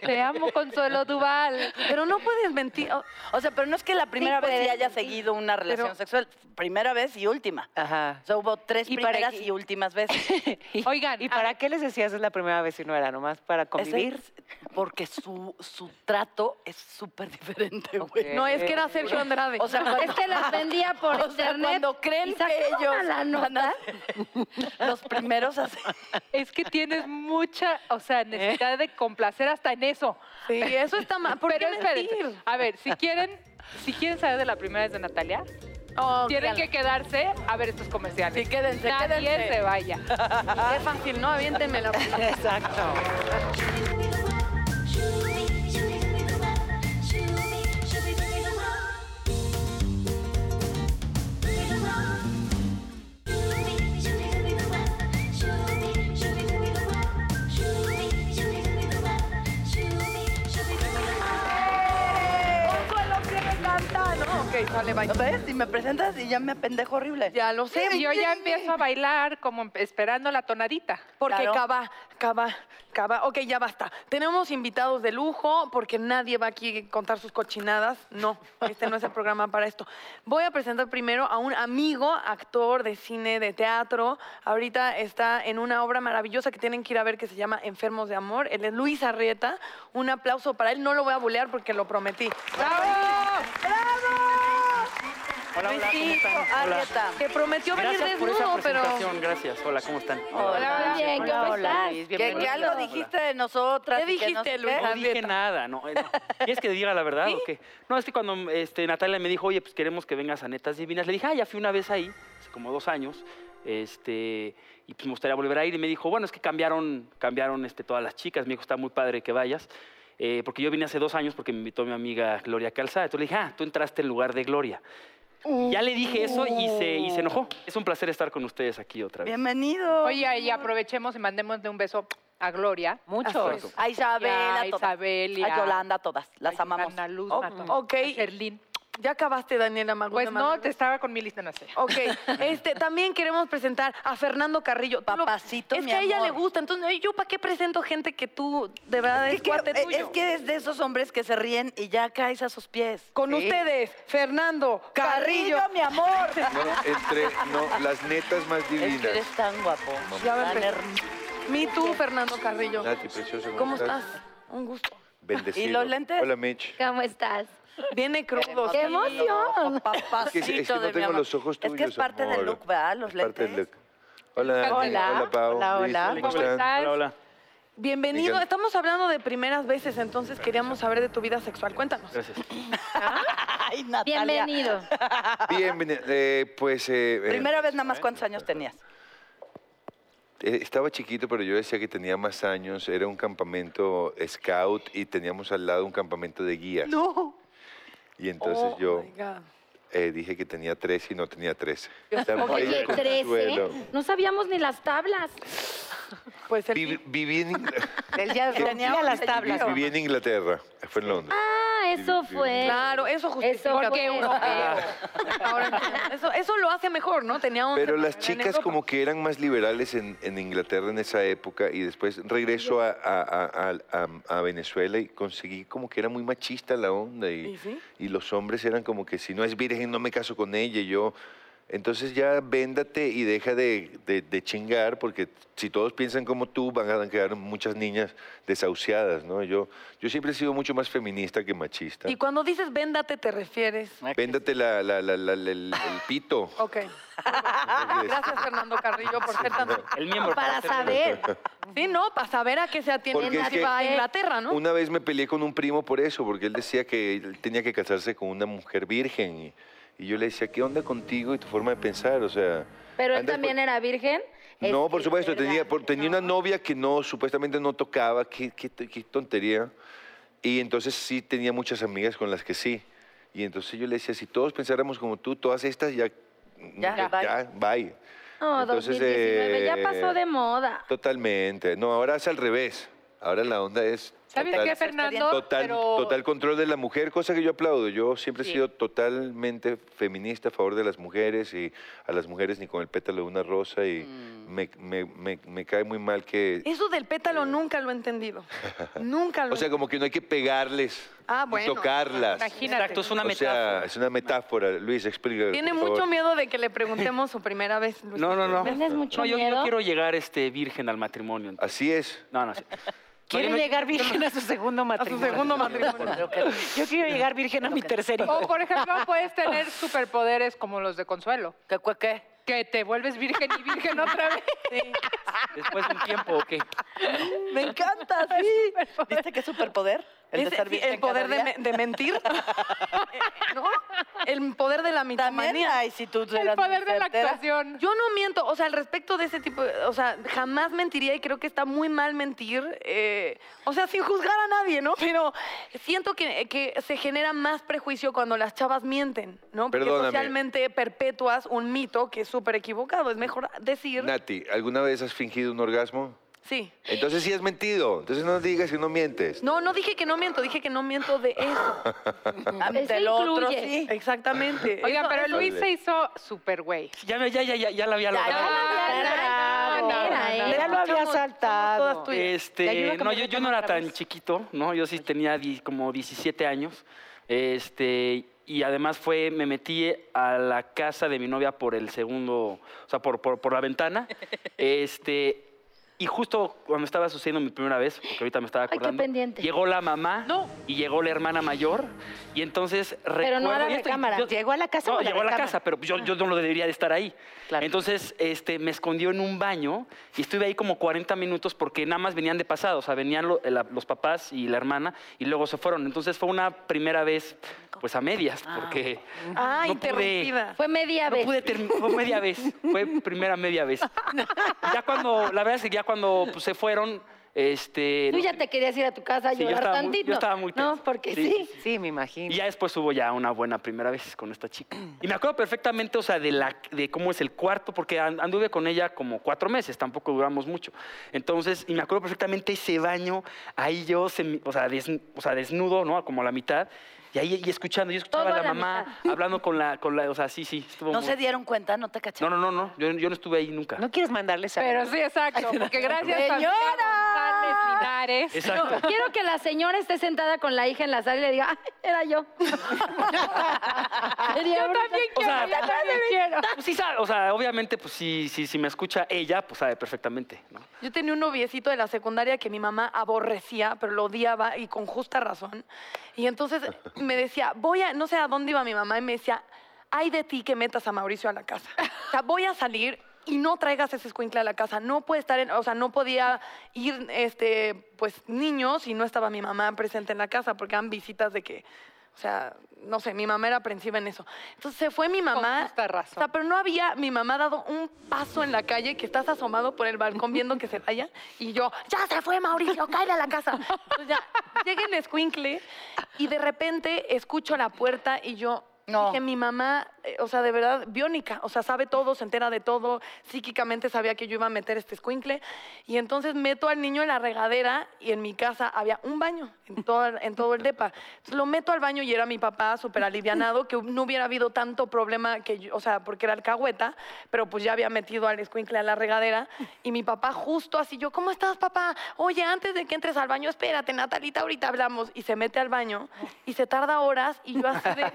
Speaker 6: Te amo, Consuelo Duval.
Speaker 3: Pero no puedes mentir. Oh,
Speaker 2: O sea, pero no es que la primera vez
Speaker 7: puedes
Speaker 2: ya haya
Speaker 7: mentir.
Speaker 2: seguido una relación sexual. Primera vez y última.
Speaker 5: Ajá.
Speaker 2: O sea, hubo tres
Speaker 5: Y para
Speaker 2: primeras
Speaker 5: que-
Speaker 2: y últimas veces.
Speaker 6: Oigan,
Speaker 5: ¿Y
Speaker 6: a-
Speaker 5: para qué les decías es la primera vez si no era nomás para
Speaker 2: Ese-
Speaker 5: convivir?
Speaker 2: porque su, su trato es súper diferente, güey.
Speaker 3: no, es que era Sergio Andrade.
Speaker 2: O sea, cuando,
Speaker 7: Es que las vendía por
Speaker 2: o sea,
Speaker 7: internet.
Speaker 2: cuando creen
Speaker 7: y sacó
Speaker 2: que ellos
Speaker 7: a la
Speaker 2: van
Speaker 7: nota.
Speaker 2: a ser los primeros a ser-
Speaker 6: es que tienes mucha, o sea, necesidad de complacer hasta en eso.
Speaker 3: sí, eso está mal. ¿Por
Speaker 6: Pero
Speaker 3: qué
Speaker 6: espérense.
Speaker 3: mentir?
Speaker 6: A ver, si quieren, si quieren saber de la primera vez de Natalia,
Speaker 3: Oh,
Speaker 6: tienen
Speaker 3: claro.
Speaker 6: que quedarse a ver estos comerciales.
Speaker 2: Sí, quédense,
Speaker 6: Nadie
Speaker 2: quédense.
Speaker 6: se vaya.
Speaker 3: Qué fácil, ¿no? Aviéntenme la
Speaker 5: Exacto.
Speaker 7: Consuelo, ¿qué me canta?
Speaker 3: No, ok.
Speaker 6: Vale, bye.
Speaker 2: ¿Ves? Y me presentas y ya me apendejo horrible.
Speaker 3: Ya lo sé.
Speaker 6: Y yo ya empiezo a bailar como empe- esperando la tonadita.
Speaker 3: Porque
Speaker 2: Claro.
Speaker 3: cava, cava, cava. Ok, ya basta. Tenemos invitados de lujo porque nadie va aquí a contar sus cochinadas. No, este no es el programa para esto. Voy a presentar primero a un amigo, actor de cine, de teatro. Ahorita está en una obra maravillosa que tienen que ir a ver que se llama Enfermos de Amor. Él es Luis Arrieta. Un aplauso para él. No lo voy a bulear porque lo prometí.
Speaker 6: ¡Bravo!
Speaker 7: Hola, hola, ¿cómo
Speaker 2: Luisito
Speaker 7: están? Hola.
Speaker 2: Arrieta.
Speaker 3: Que prometió
Speaker 7: Gracias
Speaker 3: venir
Speaker 7: por
Speaker 3: desnudo,
Speaker 7: esa
Speaker 3: pero...
Speaker 7: presentación, gracias. Hola, ¿cómo están?
Speaker 4: Hola, bien, ¿cómo
Speaker 5: Hola, hola,
Speaker 4: estás?
Speaker 5: Luis,
Speaker 2: Que,
Speaker 5: bienvenido.
Speaker 2: que algo dijiste de nosotras.
Speaker 3: ¿Qué
Speaker 2: y que no
Speaker 3: dijiste,
Speaker 2: sé
Speaker 3: Luis?
Speaker 2: qué.
Speaker 7: No dije nada, no. eh, no. ¿Quieres que te diga la verdad o qué? No, es que cuando este, Natalia me dijo, oye, pues queremos que vengas a Netas Divinas, le dije, ah, ya fui una vez ahí, hace como dos años, este, y pues me gustaría volver a ir. Y me dijo, bueno, es que cambiaron, cambiaron este, todas las chicas, me dijo, está muy padre que vayas. eh, porque yo vine hace dos años porque me invitó mi amiga Gloria Calzada. Entonces le dije, ah, tú entraste en lugar de Gloria. Ya le dije eso y se, y
Speaker 3: Uh.
Speaker 7: se enojó. Es un placer estar con ustedes aquí otra vez.
Speaker 2: Bienvenido.
Speaker 6: Oye, y aprovechemos y mandémosle un beso a Gloria.
Speaker 5: Muchos.
Speaker 6: su-
Speaker 2: Pues, A Isabel,
Speaker 6: Ya,
Speaker 2: a todas.
Speaker 6: Isabel y
Speaker 2: a
Speaker 6: a-
Speaker 2: Yolanda, a todas. Las
Speaker 6: a
Speaker 2: amamos.
Speaker 6: Ana Luz,
Speaker 2: Oh,
Speaker 6: a todas.
Speaker 3: ok.
Speaker 6: A Sherlyn.
Speaker 3: Ya acabaste, Daniela Maguna.
Speaker 6: Pues no,
Speaker 3: Manuel.
Speaker 6: te estaba con mi lista, no sé.
Speaker 3: Ok, este, también queremos presentar a Fernando Carrillo. Tú lo-
Speaker 2: Papacito,
Speaker 3: Es
Speaker 2: mi
Speaker 3: que a ella le
Speaker 2: amor.
Speaker 3: gusta, entonces, ay, ¿yo para qué presento gente que tú, de verdad, es,
Speaker 2: Es que,
Speaker 3: cuate
Speaker 2: eh,
Speaker 3: tuyo?
Speaker 2: es que es de esos hombres que se ríen y ya caes a sus pies.
Speaker 3: Con ustedes, Fernando Carrillo.
Speaker 2: mi amor.
Speaker 8: Bueno, entre no, las netas más
Speaker 2: Es que
Speaker 8: divinas.
Speaker 2: eres tan guapo.
Speaker 3: Ya va a
Speaker 2: tan
Speaker 3: empezar.
Speaker 2: hermoso.
Speaker 3: Me tú, Fernando Carrillo.
Speaker 8: Nati, pues, preciosa.
Speaker 3: ¿Cómo estás? Un gusto.
Speaker 8: Bendecido.
Speaker 2: ¿Y los lentes?
Speaker 8: Hola, Mitch.
Speaker 9: ¿Cómo estás?
Speaker 3: Viene crudo.
Speaker 9: ¡Qué
Speaker 3: sí. Oh,
Speaker 9: emoción!
Speaker 8: Es que,
Speaker 2: Papacito
Speaker 8: es que no
Speaker 2: de mi
Speaker 8: tengo
Speaker 2: amor.
Speaker 8: los ojos tuyos,
Speaker 2: Es que es parte
Speaker 8: amor.
Speaker 2: del look, ¿verdad? Los
Speaker 8: Es parte del
Speaker 2: lentes.
Speaker 8: look. Hola,
Speaker 9: Hola.
Speaker 8: Hola, Pau.
Speaker 9: Hola,
Speaker 8: Luis,
Speaker 9: hola.
Speaker 8: ¿Cómo
Speaker 6: ¿Cómo
Speaker 8: están?
Speaker 6: estás?
Speaker 7: Hola, hola.
Speaker 3: Bienvenido.
Speaker 8: Venga.
Speaker 3: Estamos hablando de primeras veces, entonces queríamos saber de tu vida sexual. Cuéntanos.
Speaker 7: Gracias.
Speaker 2: Ay, Natalia.
Speaker 9: Bienvenido.
Speaker 8: Bien, bien, eh, pues... eh, eh,
Speaker 2: Primera vez nada más, ¿cuántos años tenías?
Speaker 8: Eh, Estaba chiquito, pero yo decía que tenía más años. Era un campamento scout y teníamos al lado un campamento de guías.
Speaker 3: No.
Speaker 8: Y entonces
Speaker 3: Oh,
Speaker 8: yo
Speaker 3: my God.
Speaker 8: eh, dije que tenía 13 y no tenía 13.
Speaker 9: Oye, 13. No sabíamos ni las tablas.
Speaker 3: Pues el...
Speaker 8: viví, en, Ingl-
Speaker 5: Él ya rompía las tablas.
Speaker 8: viví en Inglaterra, fue en Londres.
Speaker 9: Ah, eso fue.
Speaker 3: Claro, eso justifica.
Speaker 9: Eso
Speaker 3: todo.
Speaker 9: fue.
Speaker 3: Ahora entiendo. eso, eso lo hace mejor, ¿no? Tenía un
Speaker 8: Pero
Speaker 3: tema
Speaker 8: las
Speaker 3: en
Speaker 8: chicas
Speaker 3: Europa.
Speaker 8: como que eran más liberales en, en Inglaterra en esa época y después regreso a, a- a- a- a- a Venezuela y conseguí como que era muy machista la onda y,
Speaker 3: ¿Y sí?
Speaker 8: y los hombres eran como que si no es virgen no me caso con ella y yo... Entonces ya véndate y deja de, de- de chingar porque si todos piensan como tú van a quedar muchas niñas desahuciadas, ¿no? Yo, yo siempre he sido mucho más feminista que machista.
Speaker 3: Y cuando dices véndate, te refieres.
Speaker 8: Véndate la- la- la- la- la- el, el pito.
Speaker 3: Ok. Gracias, Fernando Carrillo, por ser tan.
Speaker 7: El miembro.
Speaker 9: Para saber.
Speaker 3: Sí, no, para saber a qué se atiene
Speaker 8: Porque es
Speaker 3: si
Speaker 8: que-
Speaker 3: va a Inglaterra, ¿no?
Speaker 8: Una vez me peleé con un primo por eso, porque él decía que él tenía que casarse con una mujer virgen. Y, y yo le decía, ¿qué onda contigo y tu forma de pensar? O sea.
Speaker 9: Pero él
Speaker 8: andas
Speaker 9: también
Speaker 8: por-
Speaker 9: era virgen.
Speaker 8: No,
Speaker 9: Este,
Speaker 8: por supuesto,
Speaker 9: ¿verdad?
Speaker 8: tenía, por- tenía una novia que no, supuestamente no tocaba, qué, qué t- qué tontería. Y entonces sí tenía muchas amigas con las que sí. Y entonces yo le decía, si todos pensáramos como tú, todas estas ya.
Speaker 2: Ya, bye.
Speaker 8: bye.
Speaker 4: Oh,
Speaker 9: No,
Speaker 8: Entonces,
Speaker 9: 2019. Ya pasó
Speaker 8: eh,
Speaker 9: de moda.
Speaker 8: Totalmente. No, ahora es al revés. Ahora la onda es.
Speaker 6: ¿Sabes
Speaker 8: total-
Speaker 6: qué, Fernando?
Speaker 8: Total,
Speaker 6: Pero-
Speaker 8: total control de la mujer, cosa que yo aplaudo. Yo siempre he sido totalmente feminista a favor de las mujeres y a las mujeres ni con el pétalo de una rosa y me, me- me- me cae muy mal que...
Speaker 3: Eso del pétalo nunca lo he entendido. Nunca lo
Speaker 8: O sea, como que no hay que pegarles
Speaker 3: Ah,
Speaker 8: ni
Speaker 3: bueno,
Speaker 8: tocarlas.
Speaker 6: Imagínate.
Speaker 7: Exacto, es una
Speaker 8: o sea,
Speaker 7: metáfora.
Speaker 8: es una metáfora. Luis, explica.
Speaker 3: Tiene
Speaker 8: por favor.
Speaker 3: mucho miedo de que le preguntemos su primera vez. Luis.
Speaker 7: No, no, no.
Speaker 9: ¿Tienes mucho
Speaker 7: No, yo, yo
Speaker 9: miedo?
Speaker 7: quiero llegar este, virgen al matrimonio.
Speaker 8: Así es.
Speaker 7: No, no. sí.
Speaker 5: Quiere
Speaker 7: No, yo no-
Speaker 5: llegar virgen a su segundo
Speaker 3: A su
Speaker 5: matrimonio.
Speaker 3: segundo matrimonio.
Speaker 5: Yo quiero llegar virgen a mi tercer hijo.
Speaker 6: O, por ejemplo, puedes tener superpoderes como los de Consuelo.
Speaker 2: ¿Qué, cue- qué?
Speaker 6: Que te vuelves virgen y virgen otra vez.
Speaker 7: Después de un tiempo, ¿o qué?
Speaker 2: Me encanta, sí. ¿Viste qué superpoder? El,
Speaker 3: Ese-
Speaker 2: de ser
Speaker 3: sí,
Speaker 2: virgen
Speaker 3: el poder
Speaker 2: cada
Speaker 3: de,
Speaker 2: día.
Speaker 3: me- de mentir. ¿No? El poder de la
Speaker 2: También,
Speaker 3: mitomanía.
Speaker 2: ay, si tú
Speaker 6: El
Speaker 2: eras muy
Speaker 6: poder de la
Speaker 2: certera.
Speaker 6: actuación.
Speaker 3: Yo no miento, o sea, al respecto de ese tipo, de- o sea, jamás mentiría y creo que está muy mal mentir, eh, o sea, sin juzgar a nadie, ¿no? Pero siento que, que se genera más prejuicio cuando las chavas mienten, ¿no? Porque
Speaker 8: Perdóname.
Speaker 3: socialmente perpetúas un mito que es súper equivocado, es mejor decir...
Speaker 8: Nati, ¿alguna vez has fingido un orgasmo?
Speaker 3: Sí.
Speaker 8: Entonces sí has mentido. Entonces no digas que no mientes.
Speaker 3: No, no dije que no miento, dije que no miento de eso.
Speaker 4: Eso
Speaker 2: Del otro,
Speaker 4: incluye.
Speaker 2: sí.
Speaker 3: Exactamente.
Speaker 6: Oigan, pero
Speaker 8: eso-
Speaker 6: Luis se hizo super güey.
Speaker 7: Ya, me- ya, ya, ya, ya la había logrado.
Speaker 6: eh,
Speaker 3: Ya lo había saltado. Todas tuyas.
Speaker 7: Este, no, yo, yo no era tan chiquito, ¿no? Yo sí tenía di- como 17 años. Este, y además fue, me metí a la casa de mi novia por el segundo, o sea, por, por, por la ventana. Este, y justo cuando estaba sucediendo mi primera vez, porque ahorita me estaba
Speaker 9: qué
Speaker 7: acordando,
Speaker 9: pendiente.
Speaker 7: llegó la mamá y llegó la hermana mayor. Y entonces
Speaker 9: Pero no a la
Speaker 7: recuerdo- y esto-
Speaker 9: recámara.
Speaker 7: yo-
Speaker 5: ¿Llegó a la casa
Speaker 7: no,
Speaker 5: o a la
Speaker 7: llegó a la
Speaker 5: recámara?
Speaker 7: casa, pero yo, yo no lo debería de estar ahí.
Speaker 5: Claro.
Speaker 7: Entonces, este, me escondió en un baño y estuve ahí como 40 minutos porque nada más venían de pasado, o sea, venían lo- la- los papás y la hermana y luego se fueron. Entonces fue una primera vez, pues a medias, porque
Speaker 3: Ah,
Speaker 7: no pude,
Speaker 3: interrumpida.
Speaker 9: Fue media
Speaker 7: no
Speaker 9: vez.
Speaker 7: pude terminar, fue media vez, fue primera media vez. Ya cuando, la verdad es que ya cuando pues, se fueron, este,
Speaker 9: Tú ya te querías ir a tu casa a
Speaker 7: Sí, yo
Speaker 9: llorar
Speaker 7: estaba muy- yo
Speaker 9: tantito.
Speaker 7: estaba muy
Speaker 9: No,
Speaker 7: tenso.
Speaker 9: porque
Speaker 7: Sí,
Speaker 9: sí.
Speaker 5: Sí, me imagino.
Speaker 7: Y ya después hubo ya una buena primera vez con esta chica. Y me acuerdo perfectamente, o sea, de, la, de cómo es el cuarto, porque an- anduve con ella como cuatro meses, tampoco duramos mucho. Entonces, y me acuerdo perfectamente ese baño, ahí yo, semi- o, sea, desn- o sea, desnudo, ¿no? Como a la mitad. Y ahí y escuchando, yo escuchaba
Speaker 9: Todo
Speaker 7: a la,
Speaker 9: a la
Speaker 7: mamá hablando con la, con la, o sea, sí, sí. estuvo
Speaker 2: No
Speaker 7: muy-
Speaker 2: se dieron cuenta, no te
Speaker 7: no,
Speaker 2: cacharon.
Speaker 7: no, no, no, yo, yo no estuve ahí nunca.
Speaker 5: ¿No quieres mandarles a
Speaker 6: Pero sí, exacto. Porque gracias a Andrea González Linares.
Speaker 7: Exacto.
Speaker 9: Quiero que la señora esté sentada con la hija en la sala y le diga, "Ah, era yo. Sería
Speaker 6: Yo
Speaker 9: brutal.
Speaker 6: también
Speaker 7: O
Speaker 6: quiero.
Speaker 7: sea,
Speaker 6: yo también quiero.
Speaker 7: Pues sí, sabe, o sea, obviamente, pues si, si, si me escucha ella, pues sabe perfectamente, ¿no?
Speaker 3: Yo tenía un noviecito de la secundaria que mi mamá aborrecía, pero lo odiaba y con justa razón. Y entonces me decía, voy a, no sé a dónde iba mi mamá, y me decía, ay de ti que metas a Mauricio a la casa. O sea, voy a salir y no traigas ese escuincle a la casa. No puede estar en, o sea, no podía ir, este, pues, niños y no estaba mi mamá presente en la casa porque eran visitas de que, o sea, no sé, mi mamá era aprensiva en eso. Entonces se fue mi mamá.
Speaker 6: justa razón.
Speaker 3: O sea, pero no había mi mamá dado un paso en la calle que estás asomado por el balcón viendo que se vaya y yo, ya se fue Mauricio, cállate a la casa. Entonces ya llega el escuincle y de repente escucho la puerta y yo
Speaker 2: No.
Speaker 3: dije, mi mamá, eh, o sea, de verdad, biónica, o sea, sabe todo, se entera de todo, psíquicamente sabía que yo iba a meter este escuincle y entonces meto al niño en la regadera y en mi casa había un baño en todo, en todo el depa. Entonces lo meto al baño y era mi papá súper alivianado, que no hubiera habido tanto problema, que yo- o sea, porque era alcahueta, pero pues ya había metido al escuincle a la regadera. Y mi papá justo así, yo, ¿cómo estás, papá? Oye, antes de que entres al baño, espérate, Natalita, ahorita hablamos. Y se mete al baño y se tarda horas y yo así de...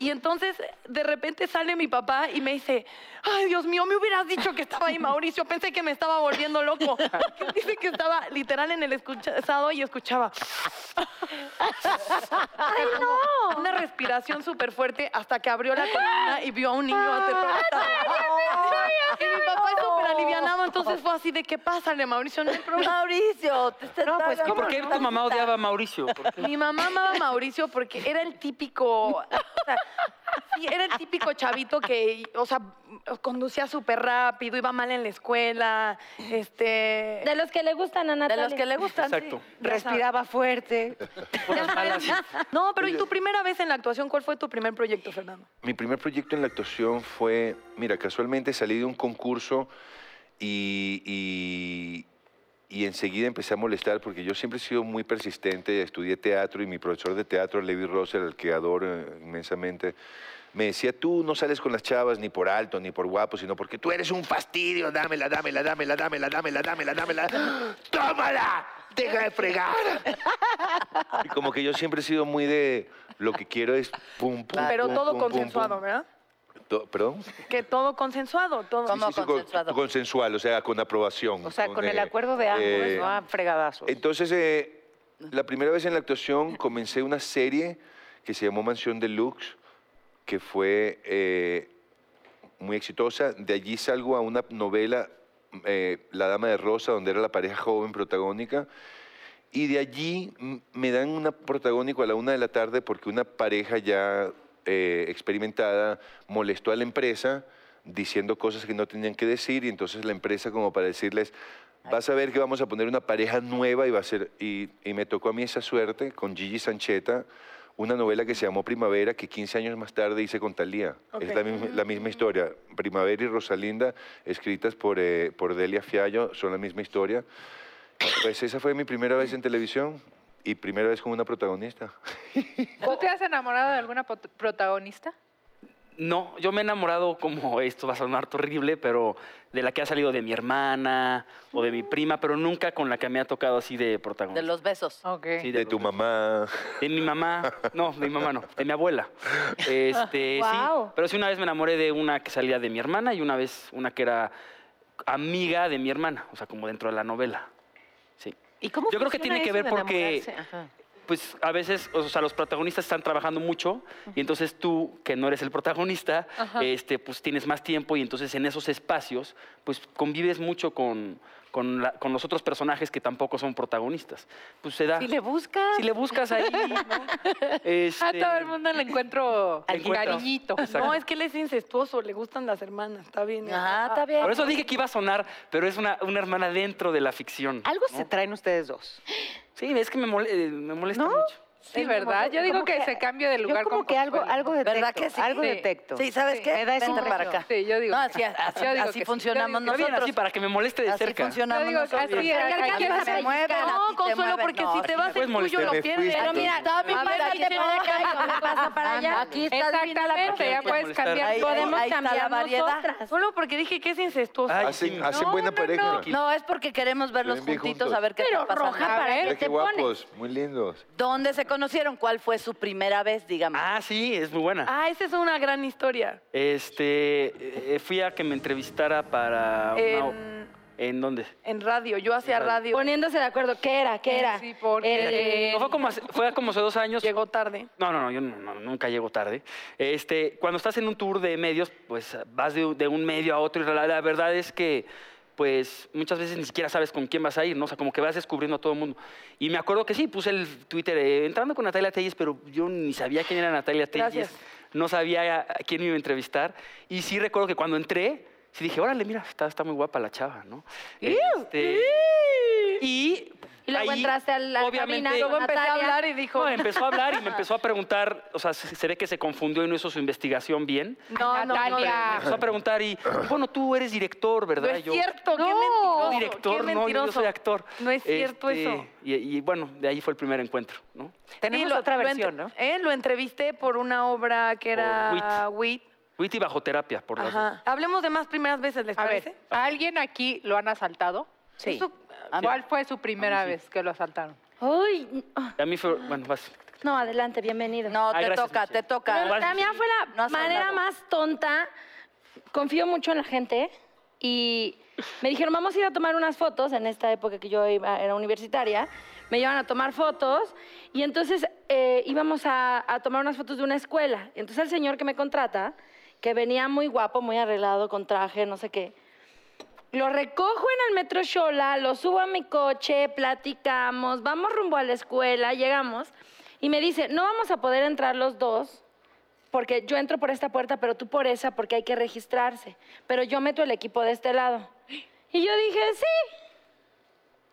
Speaker 3: Y entonces, de repente sale mi papá y me dice, ay, Dios mío, me hubieras dicho que estaba ahí Mauricio, pensé que me estaba volviendo loco. Dice que estaba literal en el escuchado y escuchaba... Una respiración súper fuerte hasta que abrió la columna y vio a un niño aterrorizado. Y mi papá es súper alivianado, entonces fue así de, ¿qué pasa, Mauricio? No hay problema.
Speaker 2: Mauricio, te estás No, pues
Speaker 7: ¿Y por qué tu mamá odiaba a Mauricio? ¿Por qué?
Speaker 3: Mi mamá amaba a Mauricio porque era el típico. o sea, sí, era el típico chavito que, o sea, conducía súper rápido, iba mal en la escuela. Este.
Speaker 9: De los que le gustan a
Speaker 2: De
Speaker 9: Natalia.
Speaker 2: los que le gustan. sí.
Speaker 7: Exacto.
Speaker 5: Respiraba fuerte.
Speaker 7: Puras malas y-
Speaker 3: No, pero ¿y tu primera vez en la actuación? ¿Cuál fue tu primer proyecto, Fernando?
Speaker 8: Mi primer proyecto en la actuación fue, mira, casualmente salí de un concurso y, y- y enseguida empecé a molestar porque yo siempre he sido muy persistente, estudié teatro y mi profesor de teatro, Levi Rosser, al que adoro eh, inmensamente, me decía, tú no sales con las chavas ni por alto, ni por guapo, sino porque tú eres un fastidio, dámela, dámela, dámela, dámela, dámela, dámela, dámela, tómala, deja de fregar. Y como que yo siempre he sido muy de, lo que quiero es pum, pum,
Speaker 3: pero
Speaker 8: pum,
Speaker 3: todo
Speaker 8: pum, pum,
Speaker 3: consensuado,
Speaker 8: pum.
Speaker 3: ¿verdad?
Speaker 8: To- ¿Perdón?
Speaker 3: Que todo consensuado, todo.
Speaker 2: ¿Cómo
Speaker 8: Sí, sí, sí, con-
Speaker 2: consensuado?
Speaker 8: consensual, o sea, con aprobación.
Speaker 5: O sea, con el
Speaker 8: eh,
Speaker 5: acuerdo de ambos,
Speaker 8: eh,
Speaker 5: ¿no? Ah, fregadazos.
Speaker 8: Entonces, eh, la primera vez en la actuación comencé una serie que se llamó Mansión Deluxe, que fue eh, muy exitosa. De allí salgo a una novela, eh, La Dama de Rosa, donde era la pareja joven protagónica. Y de allí mm, me dan una protagónico a la una de la tarde porque una pareja ya eh, experimentada molestó a la empresa diciendo cosas que no tenían que decir y entonces la empresa como para decirles vas a ver que vamos a poner una pareja nueva y va a ser y, y me tocó a mí esa suerte con Gigi Sancheta una novela que se llamó Primavera, que 15 años más tarde hice con Talía. Es la misma, la misma historia. Primavera y Rosalinda, escritas por, eh, por Delia Fiallo, son la misma historia. Pues esa fue mi primera vez en televisión y primera vez con una protagonista.
Speaker 6: ¿Tú te has enamorado de alguna pot- protagonista?
Speaker 5: No, yo me he enamorado como esto va a sonar terrible, pero de la que ha salido de mi hermana o de mi prima, pero nunca con la que me ha tocado así de protagonista.
Speaker 2: De los besos.
Speaker 6: Ok.
Speaker 5: Sí,
Speaker 8: De tu
Speaker 5: los-
Speaker 8: mamá.
Speaker 5: De mi mamá. No, de mi mamá no. De mi abuela. Este, sí. Pero sí, una vez me enamoré de una que salía de mi hermana y una vez una que era amiga de mi hermana, o sea, como dentro de la novela. Sí.
Speaker 10: ¿Y cómo
Speaker 5: Yo creo que
Speaker 10: funciona
Speaker 5: tiene que
Speaker 10: eso
Speaker 5: ver
Speaker 10: de
Speaker 5: porque-
Speaker 10: enamorarse? Ajá.
Speaker 5: Pues a veces, o sea, los protagonistas están trabajando mucho y entonces tú, que no eres el protagonista, este, pues tienes más tiempo y entonces en esos espacios, pues convives mucho con, con, la- con los otros personajes que tampoco son protagonistas. Pues se da.
Speaker 10: Si le buscas.
Speaker 5: si le buscas ahí, ¿no?
Speaker 6: A
Speaker 5: Este,
Speaker 6: todo el mundo le encuentro
Speaker 5: Al encuentro.
Speaker 6: cariñito.
Speaker 3: No, es que él es incestuoso, le gustan las hermanas, está bien.
Speaker 2: Ajá, Ah, está bien.
Speaker 5: Por eso dije que iba a sonar, pero es una, una hermana dentro de la ficción.
Speaker 10: Algo
Speaker 5: ¿no?
Speaker 10: se traen ustedes dos.
Speaker 5: Sí, es que me, mole- eh, me molesta
Speaker 10: ¿No?
Speaker 5: mucho.
Speaker 6: Sí, ¿verdad? Yo digo
Speaker 10: como
Speaker 6: que, se cambie de lugar
Speaker 10: Yo como
Speaker 6: con
Speaker 10: que algo,
Speaker 6: Consuelo.
Speaker 10: algo detecto.
Speaker 2: ¿Verdad que sí?
Speaker 10: Algo
Speaker 6: Sí.
Speaker 10: detecto.
Speaker 2: Sí, ¿sabes qué?
Speaker 10: Me da esa
Speaker 2: Vente para
Speaker 10: impresión.
Speaker 2: acá.
Speaker 6: Sí, yo digo.
Speaker 2: No,
Speaker 6: que
Speaker 2: así,
Speaker 6: sí.
Speaker 2: así-
Speaker 6: Yo digo
Speaker 2: así
Speaker 6: que sí.
Speaker 2: funcionamos
Speaker 5: Está bien así
Speaker 2: nosotros.
Speaker 5: para que me
Speaker 4: Este
Speaker 5: moleste de
Speaker 2: Así
Speaker 5: cerca.
Speaker 2: funcionamos
Speaker 6: Yo digo que
Speaker 2: nosotros.
Speaker 6: así, acá
Speaker 2: Aquí
Speaker 6: quieres
Speaker 2: se mueven, a ti
Speaker 3: No,
Speaker 2: te
Speaker 3: Consuelo,
Speaker 2: mueven.
Speaker 3: porque
Speaker 2: No,
Speaker 3: si te vas
Speaker 5: puedes
Speaker 3: el tuyo
Speaker 5: molestar.
Speaker 3: lo
Speaker 8: Me
Speaker 3: pierdes.
Speaker 8: fuiste.
Speaker 4: Pero mira,
Speaker 2: Está bien
Speaker 4: a ver,
Speaker 2: para
Speaker 4: aquí
Speaker 2: que
Speaker 4: te para acá y no me pasa para allá.
Speaker 2: Aquí está divina la
Speaker 6: Exactamente, ya
Speaker 2: propuesta.
Speaker 6: puedes
Speaker 5: molestar.
Speaker 6: cambiar.
Speaker 2: Ahí-
Speaker 6: todo.
Speaker 4: Podemos
Speaker 2: ahí está la
Speaker 4: cambiar
Speaker 2: variedad.
Speaker 4: nosotras.
Speaker 3: Solo porque dije que es incestuoso.
Speaker 5: Ay, sí,
Speaker 8: Hacen,
Speaker 5: no.
Speaker 8: hacen buena pareja.
Speaker 2: No, es porque queremos verlos
Speaker 8: Ven bien
Speaker 2: juntitos
Speaker 8: juntos.
Speaker 2: a ver qué
Speaker 4: Pero
Speaker 2: está pasando.
Speaker 4: roja
Speaker 2: A ver,
Speaker 4: para
Speaker 8: Mira
Speaker 4: él,
Speaker 8: qué
Speaker 4: te pones.
Speaker 8: guapos, muy lindos.
Speaker 2: ¿Dónde se conocieron? ¿Cuál fue su primera vez? Dígame.
Speaker 5: Ah, sí, es muy buena.
Speaker 3: Ah, esa es una gran historia.
Speaker 5: Este, eh, fui a que me entrevistara para... una-
Speaker 3: En,
Speaker 5: ¿En dónde?
Speaker 3: en radio, yo hacía
Speaker 5: En radio.
Speaker 3: radio.
Speaker 4: Poniéndose de acuerdo, ¿qué era? ¿Qué era?
Speaker 6: Sí, porque-
Speaker 4: El-
Speaker 5: No, Eh, fue, como hace, fue como hace dos años.
Speaker 3: Eh, Llegó tarde.
Speaker 5: No, no, no, yo no- no, nunca llego tarde. Este, cuando estás en un tour de medios, pues vas de, de un medio a otro y la, la verdad es que pues muchas veces ni siquiera sabes con quién vas a ir, ¿no? O sea, como que vas descubriendo a todo el mundo. Y me acuerdo que sí, puse el Twitter, eh, entrando con Natalia Telles, pero yo ni sabía quién era Natalia Telles.
Speaker 3: Gracias.
Speaker 5: No sabía a a quién me iba a entrevistar. Y sí recuerdo que cuando entré, sí dije, órale, mira, está, está muy guapa la chava, ¿no? Este, y...
Speaker 4: Y luego
Speaker 5: ahí,
Speaker 4: entraste al- a la cabina
Speaker 5: obviamente,
Speaker 4: con
Speaker 3: Luego empecé a
Speaker 4: Natalia.
Speaker 3: hablar y dijo,
Speaker 5: no, empezó a hablar y me empezó a preguntar, o sea, se se ve que se confundió y no hizo su investigación bien.
Speaker 3: no, no, no,
Speaker 5: Me
Speaker 6: Natalia.
Speaker 5: empezó a preguntar y, bueno, tú eres director, ¿verdad?
Speaker 3: No es
Speaker 5: Y yo,
Speaker 3: cierto, qué
Speaker 5: no,
Speaker 3: mentiroso,
Speaker 5: director,
Speaker 3: qué
Speaker 5: no, yo- yo soy
Speaker 3: mentiroso.
Speaker 5: actor. Este,
Speaker 3: No es cierto eso.
Speaker 5: Y, y, bueno, de ahí fue el primer encuentro, ¿no?
Speaker 10: Tenemos
Speaker 3: Sí, lo-
Speaker 10: otra
Speaker 3: lo ent-
Speaker 10: versión, ¿no?
Speaker 3: eh, lo entrevisté por una obra que era WIT.
Speaker 5: Witty bajo terapia, por las dos.
Speaker 3: Ajá. Hablemos de más primeras veces, ¿les
Speaker 6: A
Speaker 3: parece?
Speaker 6: ver, ¿a ¿alguien aquí lo han asaltado?
Speaker 10: Sí.
Speaker 3: Eso-
Speaker 6: ¿Cuál fue su
Speaker 5: A
Speaker 6: primera
Speaker 5: mí sí.
Speaker 6: vez que lo asaltaron?
Speaker 4: Uy, ah,
Speaker 5: Y A mí fue, bueno, vas.
Speaker 4: no, adelante, bienvenido.
Speaker 2: No,
Speaker 5: Ay,
Speaker 2: te
Speaker 5: gracias,
Speaker 2: toca,
Speaker 5: Michelle.
Speaker 2: te toca.
Speaker 4: Pero la mía fue la
Speaker 2: No has
Speaker 4: manera
Speaker 2: hablado.
Speaker 4: más tonta. Confío mucho en la gente y me dijeron, vamos a ir a tomar unas fotos. En esta época que yo iba- era universitaria, me llevan a tomar fotos y entonces eh, íbamos a, a tomar unas fotos de una escuela. Entonces el señor que me contrata, que venía muy guapo, muy arreglado, con traje, no sé qué, lo recojo en el metro Shola, lo subo a mi coche, platicamos, vamos rumbo a la escuela, llegamos y me dice, no vamos a poder entrar los dos porque yo entro por esta puerta, pero tú por esa porque hay que registrarse. Pero yo meto el equipo de este lado. Y yo dije, sí.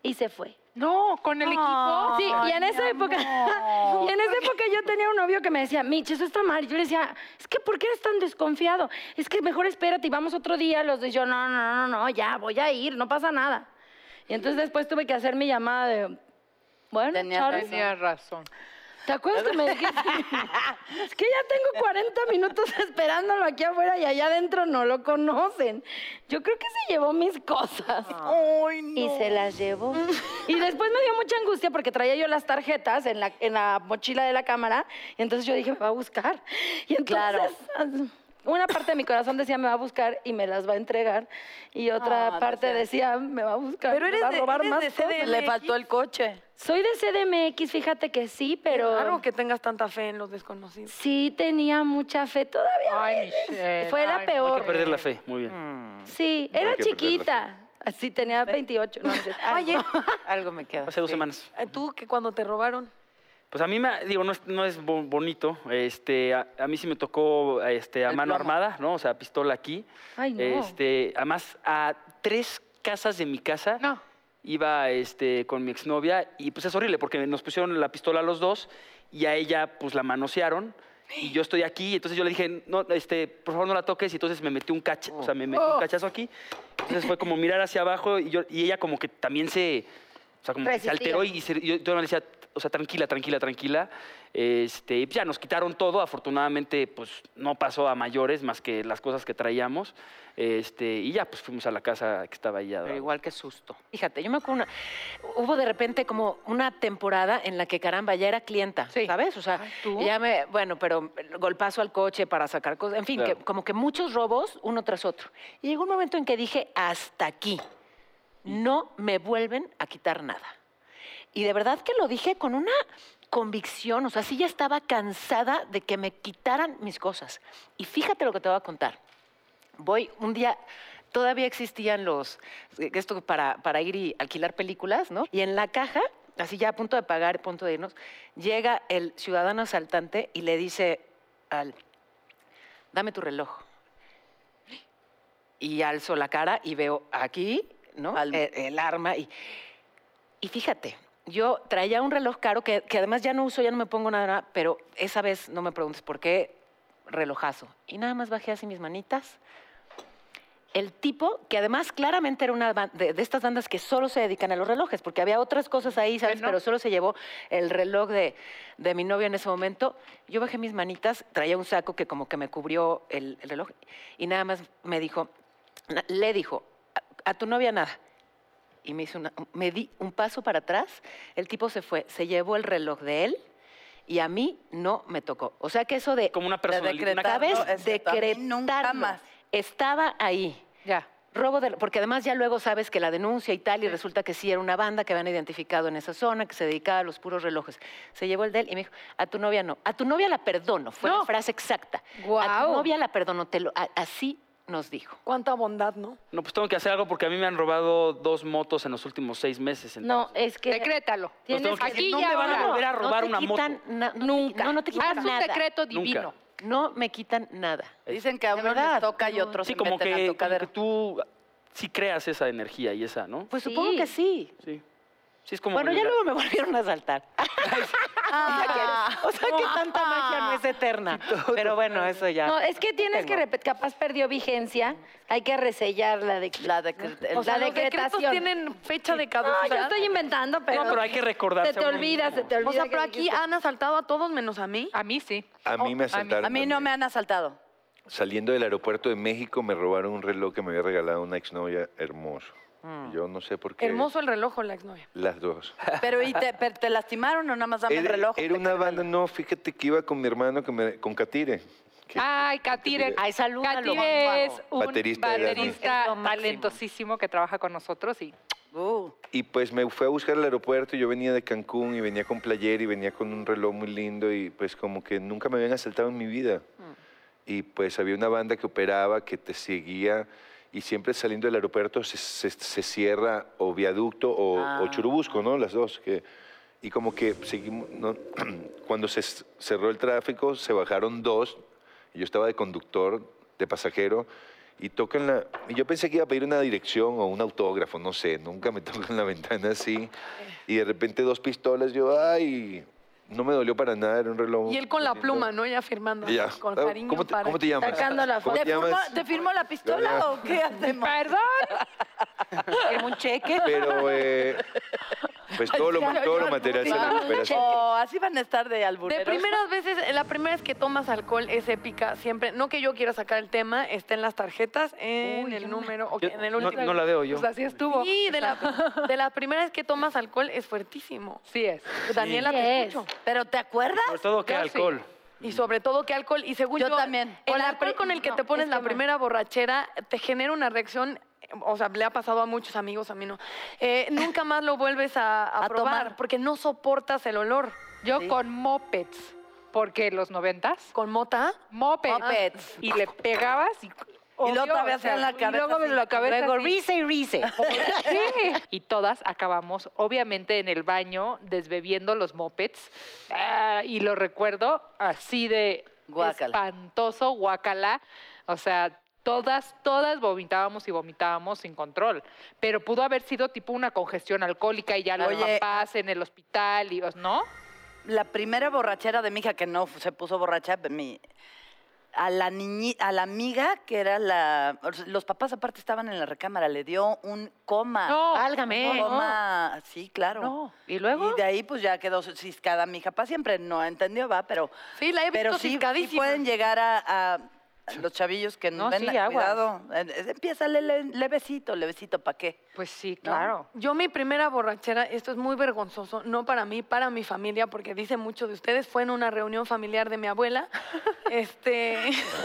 Speaker 4: Y se fue.
Speaker 6: No, con el equipo.
Speaker 4: Oh, Sí, y en esa época, y en esa época yo tenía un novio que me decía, Mitch, eso está mal. Y yo le decía, es que ¿por qué eres tan desconfiado? Es que mejor espérate y vamos otro día. Los dos, Y yo, no, no, no, no, ya, voy a ir, no pasa nada. Y entonces después tuve que hacer mi llamada de, bueno,
Speaker 2: Tenías
Speaker 4: Charlie,
Speaker 6: Tenía razón.
Speaker 4: ¿Te acuerdas que me dijiste? es que ya tengo 40 minutos esperándolo aquí afuera y allá adentro no lo conocen. Yo creo que se llevó mis cosas. Y se las llevó. y después me dio mucha angustia porque traía yo las tarjetas en la, en la mochila de la cámara. Y entonces yo dije, me va a buscar. Y entonces. Una parte de mi corazón decía, me va a buscar y me las va a entregar. Y otra
Speaker 2: Ah,
Speaker 4: parte
Speaker 2: no sé.
Speaker 4: decía, me va a buscar.
Speaker 3: Pero
Speaker 4: me
Speaker 3: eres
Speaker 4: va a
Speaker 3: de-
Speaker 4: robar
Speaker 3: eres
Speaker 4: más
Speaker 3: de
Speaker 4: cosas".
Speaker 3: CDMX.
Speaker 2: Le faltó el coche.
Speaker 4: Soy de CDMX, fíjate que sí, pero.
Speaker 3: Claro que tengas tanta fe en los desconocidos.
Speaker 4: Sí, tenía mucha fe todavía.
Speaker 6: Ay, Michelle.
Speaker 4: Fue la
Speaker 6: ay,
Speaker 4: peor.
Speaker 5: Hay que perder la fe, muy bien.
Speaker 7: Mm,
Speaker 4: Sí,
Speaker 8: No hay
Speaker 4: era
Speaker 8: que perder la
Speaker 4: chiquita. Sí, tenía 28. no, antes.
Speaker 10: Oye, algo me queda.
Speaker 5: Hace dos
Speaker 10: Sí.
Speaker 5: semanas.
Speaker 3: Eh, Tú, que cuando te robaron.
Speaker 5: Pues a mí, me, digo, no es, no es bo- bonito. Este, a, a mí sí me tocó este, a
Speaker 2: El
Speaker 5: mano
Speaker 2: plomo.
Speaker 5: armada, ¿no? O sea, pistola aquí.
Speaker 4: Ay, no.
Speaker 5: Este, además, a tres casas de mi casa
Speaker 6: No.
Speaker 5: iba este, con mi exnovia y pues es horrible porque nos pusieron la pistola a los dos
Speaker 7: y a ella pues la manosearon. Y yo estoy aquí, y entonces yo le dije, no, este, por favor no la toques, y entonces me metí un cachazo, o sea, me metí
Speaker 3: Oh.
Speaker 7: un cachazo aquí. Entonces fue como mirar hacia abajo, y, yo, y ella como que también se, o sea, como que se alteró, y se- yo, yo le decía, o sea, tranquila, tranquila, tranquila. Este, y pues ya nos quitaron todo, afortunadamente, pues no pasó a mayores más que las cosas que traíamos. Este, y ya, pues fuimos a la casa que estaba ahí. al
Speaker 5: Pero
Speaker 7: lado.
Speaker 5: igual que susto. Fíjate, yo me acuerdo, una- hubo de repente como una temporada en la que caramba, ya era clienta,
Speaker 6: Sí.
Speaker 5: ¿sabes? O sea, ya me, bueno, pero golpazo al coche para sacar cosas, en fin, que,
Speaker 7: Claro.
Speaker 5: como que muchos robos uno tras otro. Y llegó un momento en que dije, hasta aquí, no me vuelven a quitar nada. Y de verdad que lo dije con una convicción, o sea, sí ya estaba cansada de que me quitaran mis cosas. Y fíjate lo que te voy a contar. Voy un día, todavía existían los, eh, esto para, para ir y alquilar películas, ¿no? Y en la caja, así ya a punto de pagar, a punto de irnos, llega el ciudadano asaltante y le dice al, dame tu reloj. Y alzo la cara y veo aquí, ¿no? el, el arma y... Y fíjate, yo traía un reloj caro que, que además ya no uso, ya no me pongo nada, nada, pero esa vez no me preguntes por qué relojazo. Y nada más bajé así mis manitas. El tipo, que además claramente era una ban- de, de estas bandas que solo se dedican a los relojes, porque había otras cosas ahí, ¿sabes?
Speaker 6: Bueno.
Speaker 5: Pero solo se llevó el reloj de, de mi novio en ese momento. Yo bajé mis manitas, traía un saco que como que me cubrió el, el reloj y nada más me dijo, na- le dijo, a, a tu novia nada. Y me, hizo una- me di un paso para atrás, el tipo se fue, se llevó el reloj de él y a mí no me tocó. O sea que eso de,
Speaker 7: Como una personalidad. una-
Speaker 5: ¿sabes?
Speaker 2: decretarlo, exacto. A mí
Speaker 5: Decretarlo.
Speaker 2: nunca más.
Speaker 5: Estaba ahí.
Speaker 6: Ya.
Speaker 5: Robo de, porque además ya luego sabes que la denuncia y tal, y resulta que sí era una banda que habían identificado en esa zona, que se dedicaba a los puros relojes. Se llevó el de él y me dijo, a tu novia no, a tu novia la perdono, fue la
Speaker 6: No.
Speaker 5: frase exacta. A tu
Speaker 6: Guau.
Speaker 5: novia la perdono, te lo- a- así nos dijo.
Speaker 3: Cuánta bondad, ¿no?
Speaker 7: No, pues tengo que hacer algo porque a mí me han robado dos motos en los últimos seis meses.
Speaker 4: No, es que...
Speaker 6: Decrétalo.
Speaker 4: Tienes
Speaker 7: Los tengo que-
Speaker 6: aquí
Speaker 7: no
Speaker 6: y
Speaker 7: me van a
Speaker 6: ahora.
Speaker 7: volver a robar
Speaker 5: no te
Speaker 7: una
Speaker 5: quitan
Speaker 7: moto.
Speaker 5: na- no te-
Speaker 4: Nunca.
Speaker 5: no, no te quitan
Speaker 6: Haz un
Speaker 5: nada.
Speaker 6: decreto
Speaker 7: Nunca.
Speaker 6: divino.
Speaker 5: No me quitan nada.
Speaker 11: Dicen que a
Speaker 5: De
Speaker 11: unos
Speaker 5: verdad,
Speaker 11: les toca y
Speaker 5: no.
Speaker 11: otros
Speaker 7: Sí,
Speaker 11: se
Speaker 7: como
Speaker 11: meten a
Speaker 7: que, como que
Speaker 11: tocadero.
Speaker 7: tú sí creas esa energía y esa, ¿no?
Speaker 5: Pues supongo que sí.
Speaker 7: Sí. Sí, es como.
Speaker 5: Bueno, ya
Speaker 7: vibrar.
Speaker 5: luego me volvieron a saltar.
Speaker 11: Ah,
Speaker 5: O sea que tanta magia no es eterna. Pero bueno, eso ya.
Speaker 4: No, es que tienes que repetir, capaz perdió vigencia, hay que resellar la, de,
Speaker 11: la decre-
Speaker 4: o sea,
Speaker 11: la
Speaker 4: los
Speaker 11: decretación.
Speaker 4: decretos
Speaker 3: tienen fecha de
Speaker 4: No,
Speaker 3: caducidad.
Speaker 4: yo estoy inventando, pero...
Speaker 7: No, pero hay que recordarse
Speaker 4: Se te
Speaker 7: a uno
Speaker 4: olvida,
Speaker 7: mismo.
Speaker 4: se te olvida.
Speaker 3: O sea,
Speaker 4: que
Speaker 3: pero aquí
Speaker 4: dijiste.
Speaker 3: han asaltado a todos menos a mí.
Speaker 6: A mí sí.
Speaker 8: A mí me asaltaron.
Speaker 11: A mí no me
Speaker 8: también.
Speaker 11: han asaltado.
Speaker 8: Saliendo del aeropuerto de México me robaron un reloj que me había regalado una exnovia hermoso.
Speaker 4: Mm.
Speaker 8: Yo no sé por qué.
Speaker 3: Hermoso el reloj, la exnovia.
Speaker 8: Las dos.
Speaker 11: Pero, ¿y te, pero te lastimaron o nada más dame el
Speaker 8: Era,
Speaker 11: reloj?
Speaker 8: era una banda, no, fíjate que iba con mi hermano, que me- con Catire. que-
Speaker 4: Ah.
Speaker 6: Ay, Katire.
Speaker 8: Ay,
Speaker 5: salúdalo,
Speaker 6: Katire es un
Speaker 8: Baterista
Speaker 6: baterista,
Speaker 8: de la-
Speaker 5: Es lo máximo.
Speaker 6: talentosísimo que trabaja con nosotros y
Speaker 11: Uh,
Speaker 8: Y pues me fue a buscar al aeropuerto, yo venía de Cancún y venía con player y venía con un reloj muy lindo y pues como que nunca me habían asaltado en mi vida. Y pues había una banda que operaba, que te seguía y siempre saliendo del aeropuerto se, se- se cierra o viaducto o,
Speaker 3: Ah.
Speaker 8: o churubusco, ¿no? Las dos. Que, y como que seguimos, no, cuando se s- cerró el tráfico se bajaron dos y yo estaba de conductor, de pasajero, y tocan la... Y yo pensé que iba a pedir una dirección o un autógrafo, no sé, nunca me tocan la ventana así. Y de repente dos pistolas, yo, ay, no me dolió para nada, era un reloj.
Speaker 3: Y él con la
Speaker 8: lindo.
Speaker 3: pluma, ¿no? Ya firmando.
Speaker 8: Ya.
Speaker 3: Con
Speaker 8: Ah,
Speaker 3: cariño
Speaker 8: ¿Cómo te,
Speaker 3: para...
Speaker 8: cómo te llamas?
Speaker 4: Sacando la
Speaker 8: ¿Cómo
Speaker 11: ¿Te
Speaker 8: te
Speaker 11: firmo,
Speaker 8: llamas?
Speaker 11: te firmo la
Speaker 8: Ya, ya.
Speaker 11: pistola o qué hacemos?
Speaker 6: perdón
Speaker 5: Firmo un cheque.
Speaker 8: Pero, eh, pues todo lo, todo lo material se recupera.
Speaker 11: O así van a estar de alburero.
Speaker 3: De primeras veces, eh, la primera vez que tomas alcohol es épica siempre. No que yo quiera sacar el tema, está en las tarjetas, en el número, o
Speaker 7: Yo-
Speaker 3: en el
Speaker 7: no-
Speaker 3: último.
Speaker 7: no la veo yo.
Speaker 6: pues así estuvo
Speaker 3: Sí, de la, de la primera vez que tomas alcohol es fuertísimo.
Speaker 6: sí es
Speaker 3: Daniela,
Speaker 4: Sí
Speaker 3: te
Speaker 4: es.
Speaker 3: escucho.
Speaker 11: ¿Pero te acuerdas?
Speaker 7: Sobre todo que
Speaker 6: Yo sí.
Speaker 7: alcohol.
Speaker 3: Y sobre todo que alcohol, y según yo...
Speaker 11: Yo también.
Speaker 3: El
Speaker 11: Con la
Speaker 3: alcohol
Speaker 11: pri-
Speaker 3: con el que
Speaker 11: no,
Speaker 3: te pones
Speaker 11: es
Speaker 3: la
Speaker 11: que no.
Speaker 3: primera borrachera te genera una reacción... eh, O sea, le ha pasado a muchos amigos, a mí no. Eh, nunca más lo vuelves a, a
Speaker 11: A
Speaker 3: probar
Speaker 11: tomar.
Speaker 3: porque no soportas el olor.
Speaker 6: yo con mopeds porque los noventas
Speaker 3: ¿Con mota?
Speaker 6: mopeds,
Speaker 11: Mopeds.
Speaker 6: y le pegabas y
Speaker 11: Y luego
Speaker 6: obvio,
Speaker 11: todavía
Speaker 6: o sea,
Speaker 11: hacían la cabeza
Speaker 6: y luego me
Speaker 11: así.
Speaker 6: la cabeza
Speaker 5: Luego
Speaker 6: así.
Speaker 5: rice y rice.
Speaker 6: Sí. Y todas acabamos, obviamente, en el baño, desbebiendo los mopeds. Ah, y lo recuerdo así de
Speaker 11: Guácala.
Speaker 6: espantoso, guacala. O sea, todas, todas vomitábamos y vomitábamos sin control. Pero pudo haber sido tipo una congestión alcohólica y ya los
Speaker 11: Oye.
Speaker 6: papás en el hospital y ¿no?
Speaker 2: la primera borrachera de mi hija, que no se puso borracha, pero mi, a, la niñi- a la amiga que era la... Los papás aparte estaban en la recámara, le dio un coma.
Speaker 5: No, válgame.
Speaker 2: Coma, sí, claro.
Speaker 5: No. ¿Y luego?
Speaker 2: Y de ahí pues ya quedó ciscada mi hija. Para siempre no entendió, va, pero...
Speaker 3: Sí, la he visto
Speaker 2: Pero sí, sí
Speaker 3: ciscadísima.
Speaker 2: pueden llegar a... a los chavillos que no,
Speaker 5: No,
Speaker 2: ven,
Speaker 5: sí, aguas.
Speaker 2: cuidado. Eh, eh, Empieza le- le- levecito, levecito, ¿para qué?
Speaker 6: Pues sí, claro.
Speaker 3: Yo mi primera borrachera, esto es muy vergonzoso, no para mí, para mi familia, porque dice mucho de ustedes, fue en una reunión familiar de mi abuela. este,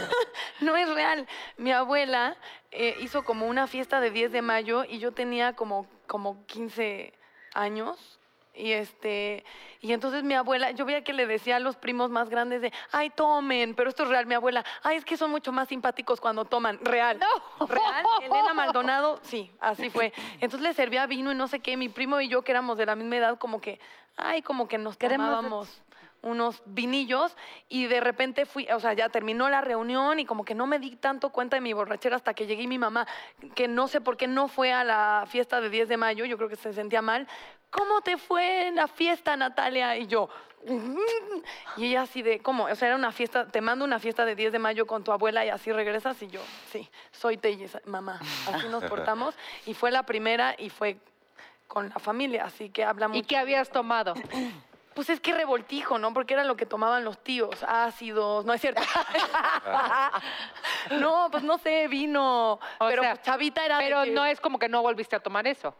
Speaker 3: no es real. Mi abuela eh, hizo como una fiesta de 10 de mayo y yo tenía como, como 15 años. Y este, y entonces mi abuela, yo veía que le decía a los primos más grandes de, ay, tomen, pero esto es real, mi abuela, ay, es que son mucho más simpáticos cuando toman, real. Real, Elena Maldonado, sí, así fue. Entonces le servía vino y no sé qué, mi primo y yo, que éramos de la misma edad, como que, ay, como que nos
Speaker 12: Queremos-
Speaker 3: tomábamos unos vinillos y de repente fui, o sea, ya terminó la reunión y como que no me di tanto cuenta de mi borrachera hasta que llegué y mi mamá, que no sé por qué no fue a la fiesta de 10 de mayo, yo creo que se sentía mal. ¿Cómo te fue en la fiesta, Natalia? Y yo, "Mm". y ella así de, ¿cómo? O sea, era una fiesta, te mando una fiesta de 10 de mayo con tu abuela y así regresas y yo, sí, soy Telles, mamá. Así nos portamos y fue la primera y fue con la familia, así que hablamos.
Speaker 6: ¿Y qué habías tomado?
Speaker 3: Pues es que revoltijo, ¿no? Porque era lo que tomaban los tíos, ácidos, no es cierto. no, pues no sé, vino.
Speaker 6: O
Speaker 3: pero
Speaker 6: sea,
Speaker 3: pues, Chavita era. de
Speaker 6: Pero
Speaker 3: que-
Speaker 6: no es como que no volviste a tomar eso.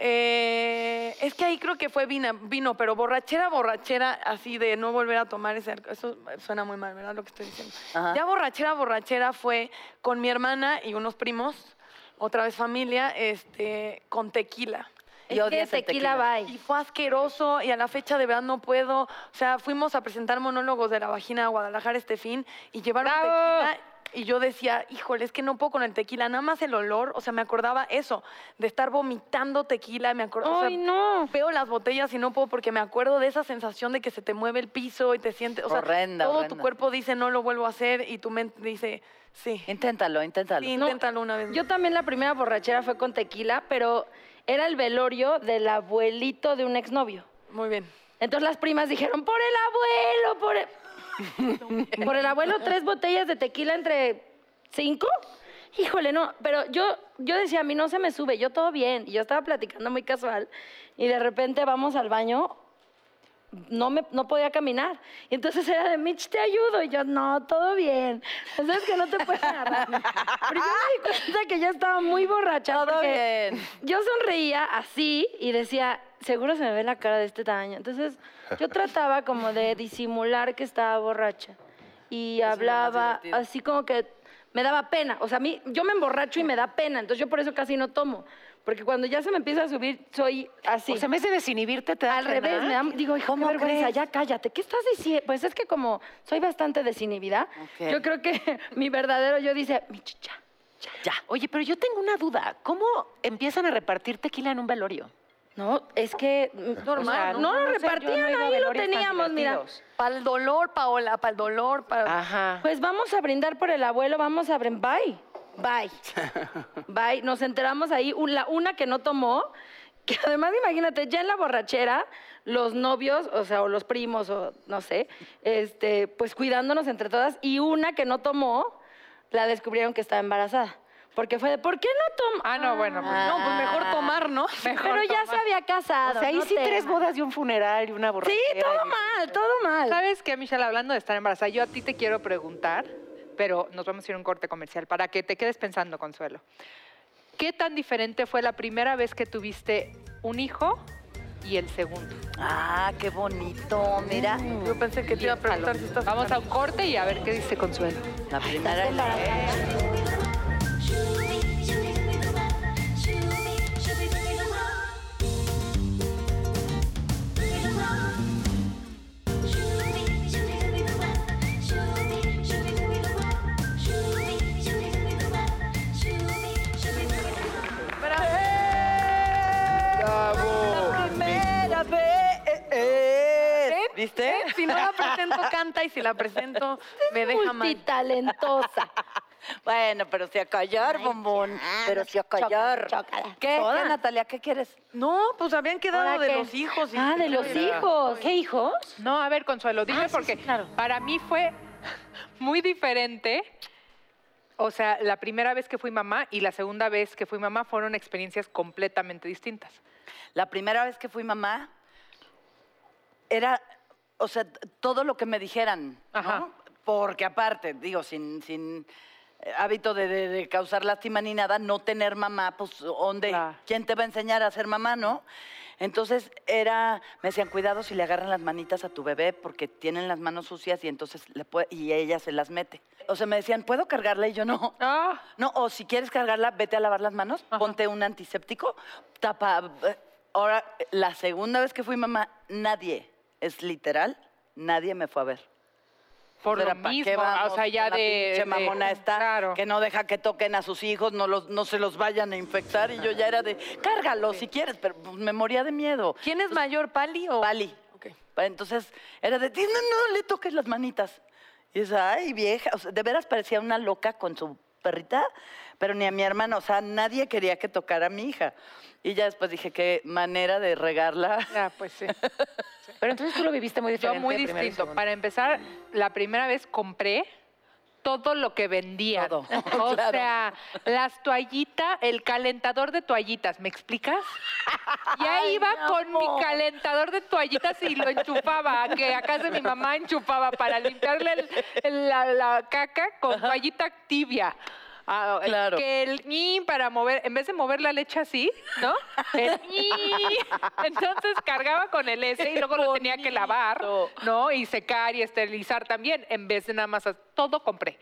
Speaker 3: Eh, es que ahí creo que fue vino, vino, pero borrachera, borrachera, así de no volver a tomar ese alcohol. Eso suena muy mal, ¿verdad? Lo que estoy diciendo.
Speaker 2: Ajá.
Speaker 3: Ya borrachera, borrachera fue con mi hermana y unos primos, otra vez familia, este, con tequila.
Speaker 2: Y
Speaker 4: Es que
Speaker 2: odias el tequila.
Speaker 4: tequila bye.
Speaker 3: Y fue asqueroso y a la fecha de verdad no puedo. O sea, fuimos a presentar monólogos de la vagina a Guadalajara este fin y llevaron
Speaker 6: ¡Bravo!
Speaker 3: tequila. Y yo decía, híjole, es que no puedo con el tequila, nada más el olor. O sea, me acordaba eso, de estar vomitando tequila. Me acordaba.
Speaker 4: Ay, no.
Speaker 3: Veo las botellas y no puedo porque me acuerdo de esa sensación de que se te mueve el piso y te sientes. O sea,
Speaker 2: Horrenda,
Speaker 3: todo tu
Speaker 2: horrenda.
Speaker 3: cuerpo dice, no lo vuelvo a hacer y tu mente dice, sí.
Speaker 2: Inténtalo, inténtalo.
Speaker 3: sí, inténtalo una vez.
Speaker 4: Yo también la primera borrachera fue con tequila, pero era el velorio del abuelito de un exnovio.
Speaker 3: Muy bien.
Speaker 4: Entonces las primas dijeron, por el abuelo, por el... por el abuelo, tres botellas de tequila entre cinco. Híjole, no, pero yo, yo decía, a mí no se me sube, yo todo bien. Y yo estaba platicando muy casual y de repente vamos al baño, no, me, no podía caminar. Y entonces era de, Mitch, te ayudo. Y yo, no, todo bien. Entonces que no te puedes agarrar. Pero yo me di cuenta que ya estaba muy borracha.
Speaker 2: Todo
Speaker 4: porque-
Speaker 2: bien.
Speaker 4: yo sonreía así y decía, seguro se me ve la cara de este tamaño. Entonces, yo trataba como de disimular que estaba borracha. Y hablaba
Speaker 2: divertido.
Speaker 4: así como que me daba pena. O sea, a mí, yo me emborracho y me da pena. Entonces, yo por eso casi no tomo. Porque cuando ya se me empieza a subir, soy así.
Speaker 5: O sea, en vez de desinhibirte, te da
Speaker 4: Al
Speaker 5: pena.
Speaker 4: revés, me da- digo, hijo, qué vergüenza, ya cállate. ¿Qué estás diciendo? Pues es que como soy bastante desinhibida,
Speaker 2: Ok.
Speaker 4: yo creo que mi verdadero yo dice, mi chicha.
Speaker 5: Oye, pero yo tengo una duda. ¿Cómo empiezan a repartir tequila en un velorio?
Speaker 4: No, es que mm,
Speaker 3: Normal,
Speaker 4: o sea,
Speaker 3: ¿no?
Speaker 4: no, lo
Speaker 5: No sé, yo no he
Speaker 4: repartían,
Speaker 5: ido a
Speaker 4: ahí lo
Speaker 5: velorios tan
Speaker 4: teníamos, mira.
Speaker 5: divertidos.
Speaker 3: Para el dolor, Paola, para el dolor, para.
Speaker 5: Ajá.
Speaker 4: Pues vamos a brindar por el abuelo, vamos a brindar. Bye. Bye. Bye. Nos enteramos ahí, un- la una que no tomó, que además imagínate, ya en la borrachera, los novios, o sea, o los primos, o no sé, este, pues cuidándonos entre todas, y una que no tomó, la descubrieron que estaba embarazada. Porque fue de, ¿por qué no tomó?
Speaker 6: Ah, no, bueno, pues
Speaker 3: No, pues mejor tomar, ¿no?
Speaker 4: Pero ya se había
Speaker 5: O
Speaker 4: casado.
Speaker 5: sea, ahí
Speaker 4: no
Speaker 5: sí tres
Speaker 4: temas.
Speaker 5: bodas y un funeral y una borrachera.
Speaker 4: Sí,
Speaker 5: y-
Speaker 4: todo mal, todo mal.
Speaker 6: ¿Sabes qué, Michelle? Hablando de estar embarazada, yo a ti te quiero preguntar, pero nos vamos a ir a un corte comercial para que te quedes pensando, Consuelo. ¿Qué tan diferente fue la primera vez que tuviste un hijo y el segundo?
Speaker 2: Ah, qué bonito, mira.
Speaker 3: Yo pensé que te iba a preguntar si estás. Ah,
Speaker 6: Vamos a un corte y a ver qué dice Consuelo.
Speaker 2: La primera es la- Primera vez. eh, ¿Viste?
Speaker 3: Si no la presento, canta y si la presento, me deja mal.
Speaker 4: Multitalentosa.
Speaker 2: Bueno, pero si a callar, bombón. Pero si a callar. ¿Qué? ¿Qué,
Speaker 4: Todas.
Speaker 2: Natalia? ¿Qué quieres?
Speaker 3: No, pues habían quedado
Speaker 4: ¿Ahora
Speaker 3: de
Speaker 4: qué?
Speaker 3: los hijos. y-
Speaker 4: Ah, de los hijos.
Speaker 13: ¿Qué hijos?
Speaker 6: No, a ver, Consuelo,
Speaker 3: Ah,
Speaker 6: dime porque para mí fue muy diferente. O sea, la primera vez que fui mamá y la segunda vez que fui mamá fueron experiencias completamente distintas.
Speaker 2: La primera vez que fui mamá, era, o sea, t- todo lo que me dijeran, ¿no?
Speaker 6: Ajá.
Speaker 2: Porque aparte, digo, sin, sin eh, hábito de, de- de causar lástima ni nada, no tener mamá, pues, ¿dónde?
Speaker 6: Claro.
Speaker 2: ¿Quién te va a enseñar a ser mamá, no? Entonces era, me decían, cuidado si le agarran las manitas a tu bebé porque tienen las manos sucias y entonces le puede- y ella se las mete. O sea, me decían, ¿puedo cargarla? Y yo no.
Speaker 6: Ah,
Speaker 2: No, o si quieres cargarla, vete a lavar las manos, ponte un antiséptico, tapa. eh, Ahora, la segunda vez que fui mamá, nadie, es literal, nadie me fue a ver.
Speaker 6: por
Speaker 2: Era,
Speaker 6: lo
Speaker 2: ¿pa' qué
Speaker 6: mismo.
Speaker 2: vamos
Speaker 6: O sea, ya
Speaker 2: con la
Speaker 6: de.
Speaker 2: pinche
Speaker 6: de-
Speaker 2: mamona está,
Speaker 6: Claro.
Speaker 2: que no deja que toquen a sus hijos, no, los, no se los vayan a infectar. Y yo ya era de, cárgalo si quieres, pero pues, me moría de miedo.
Speaker 3: ¿Quién es mayor, Pali o...?
Speaker 2: Pali.
Speaker 3: Ok.
Speaker 2: Entonces, era de, no, no, le toques las manitas. Y es, ay, vieja, o sea, de veras parecía una loca con su perrita, pero ni a mi hermana, o sea, nadie quería que tocara a mi hija. Y ya después dije, qué manera de regarla.
Speaker 6: Ya, pues sí.
Speaker 5: Pero entonces tú lo viviste muy
Speaker 6: Yo
Speaker 5: diferente.
Speaker 6: muy
Speaker 5: primero y
Speaker 6: distinto.
Speaker 5: segundo.
Speaker 6: Para empezar, la primera vez compré todo lo que vendían.
Speaker 2: Todo,
Speaker 6: O
Speaker 2: claro.
Speaker 6: sea, las toallitas, el calentador de toallitas, ¿me explicas? Ya iba con mi calentador de toallitas y lo enchufaba, que a casa de mi mamá enchufaba para limpiarle el- el- la, la caca con toallita tibia. Ah,
Speaker 2: Claro.
Speaker 6: Que el ñi para mover, en vez de mover la leche así, ¿no? El ñi. Entonces cargaba con el S y luego lo tenía que lavar, ¿no? Y secar y esterilizar también, en vez de nada más hacer- todo compré.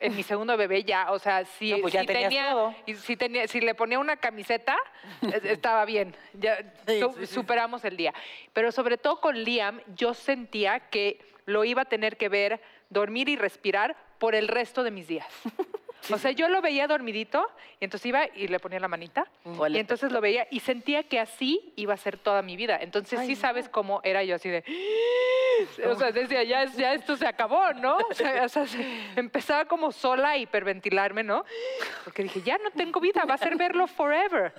Speaker 6: En mi segundo bebé ya, o sea, si,
Speaker 5: No, pues ya
Speaker 6: si
Speaker 5: tenías
Speaker 6: tenía,
Speaker 5: todo.
Speaker 6: y si tenía, si le ponía una camiseta, es- estaba bien. Ya
Speaker 2: Sí,
Speaker 6: su-
Speaker 2: sí, sí.
Speaker 6: superamos el día. Pero sobre todo con Liam, yo sentía que lo iba a tener que ver, dormir y respirar por el resto de mis días. O sea, yo lo veía dormidito y entonces iba y le ponía la manita
Speaker 2: O el-
Speaker 6: y entonces lo veía y sentía que así iba a ser toda mi vida. Entonces sí sabes cómo era yo así de... O sea, decía, ya, es- ya esto se acabó, ¿no? O sea, o sea, se- empezaba como sola a hiperventilarme, ¿no? Porque dije, ya no tengo vida, va a ser verlo forever.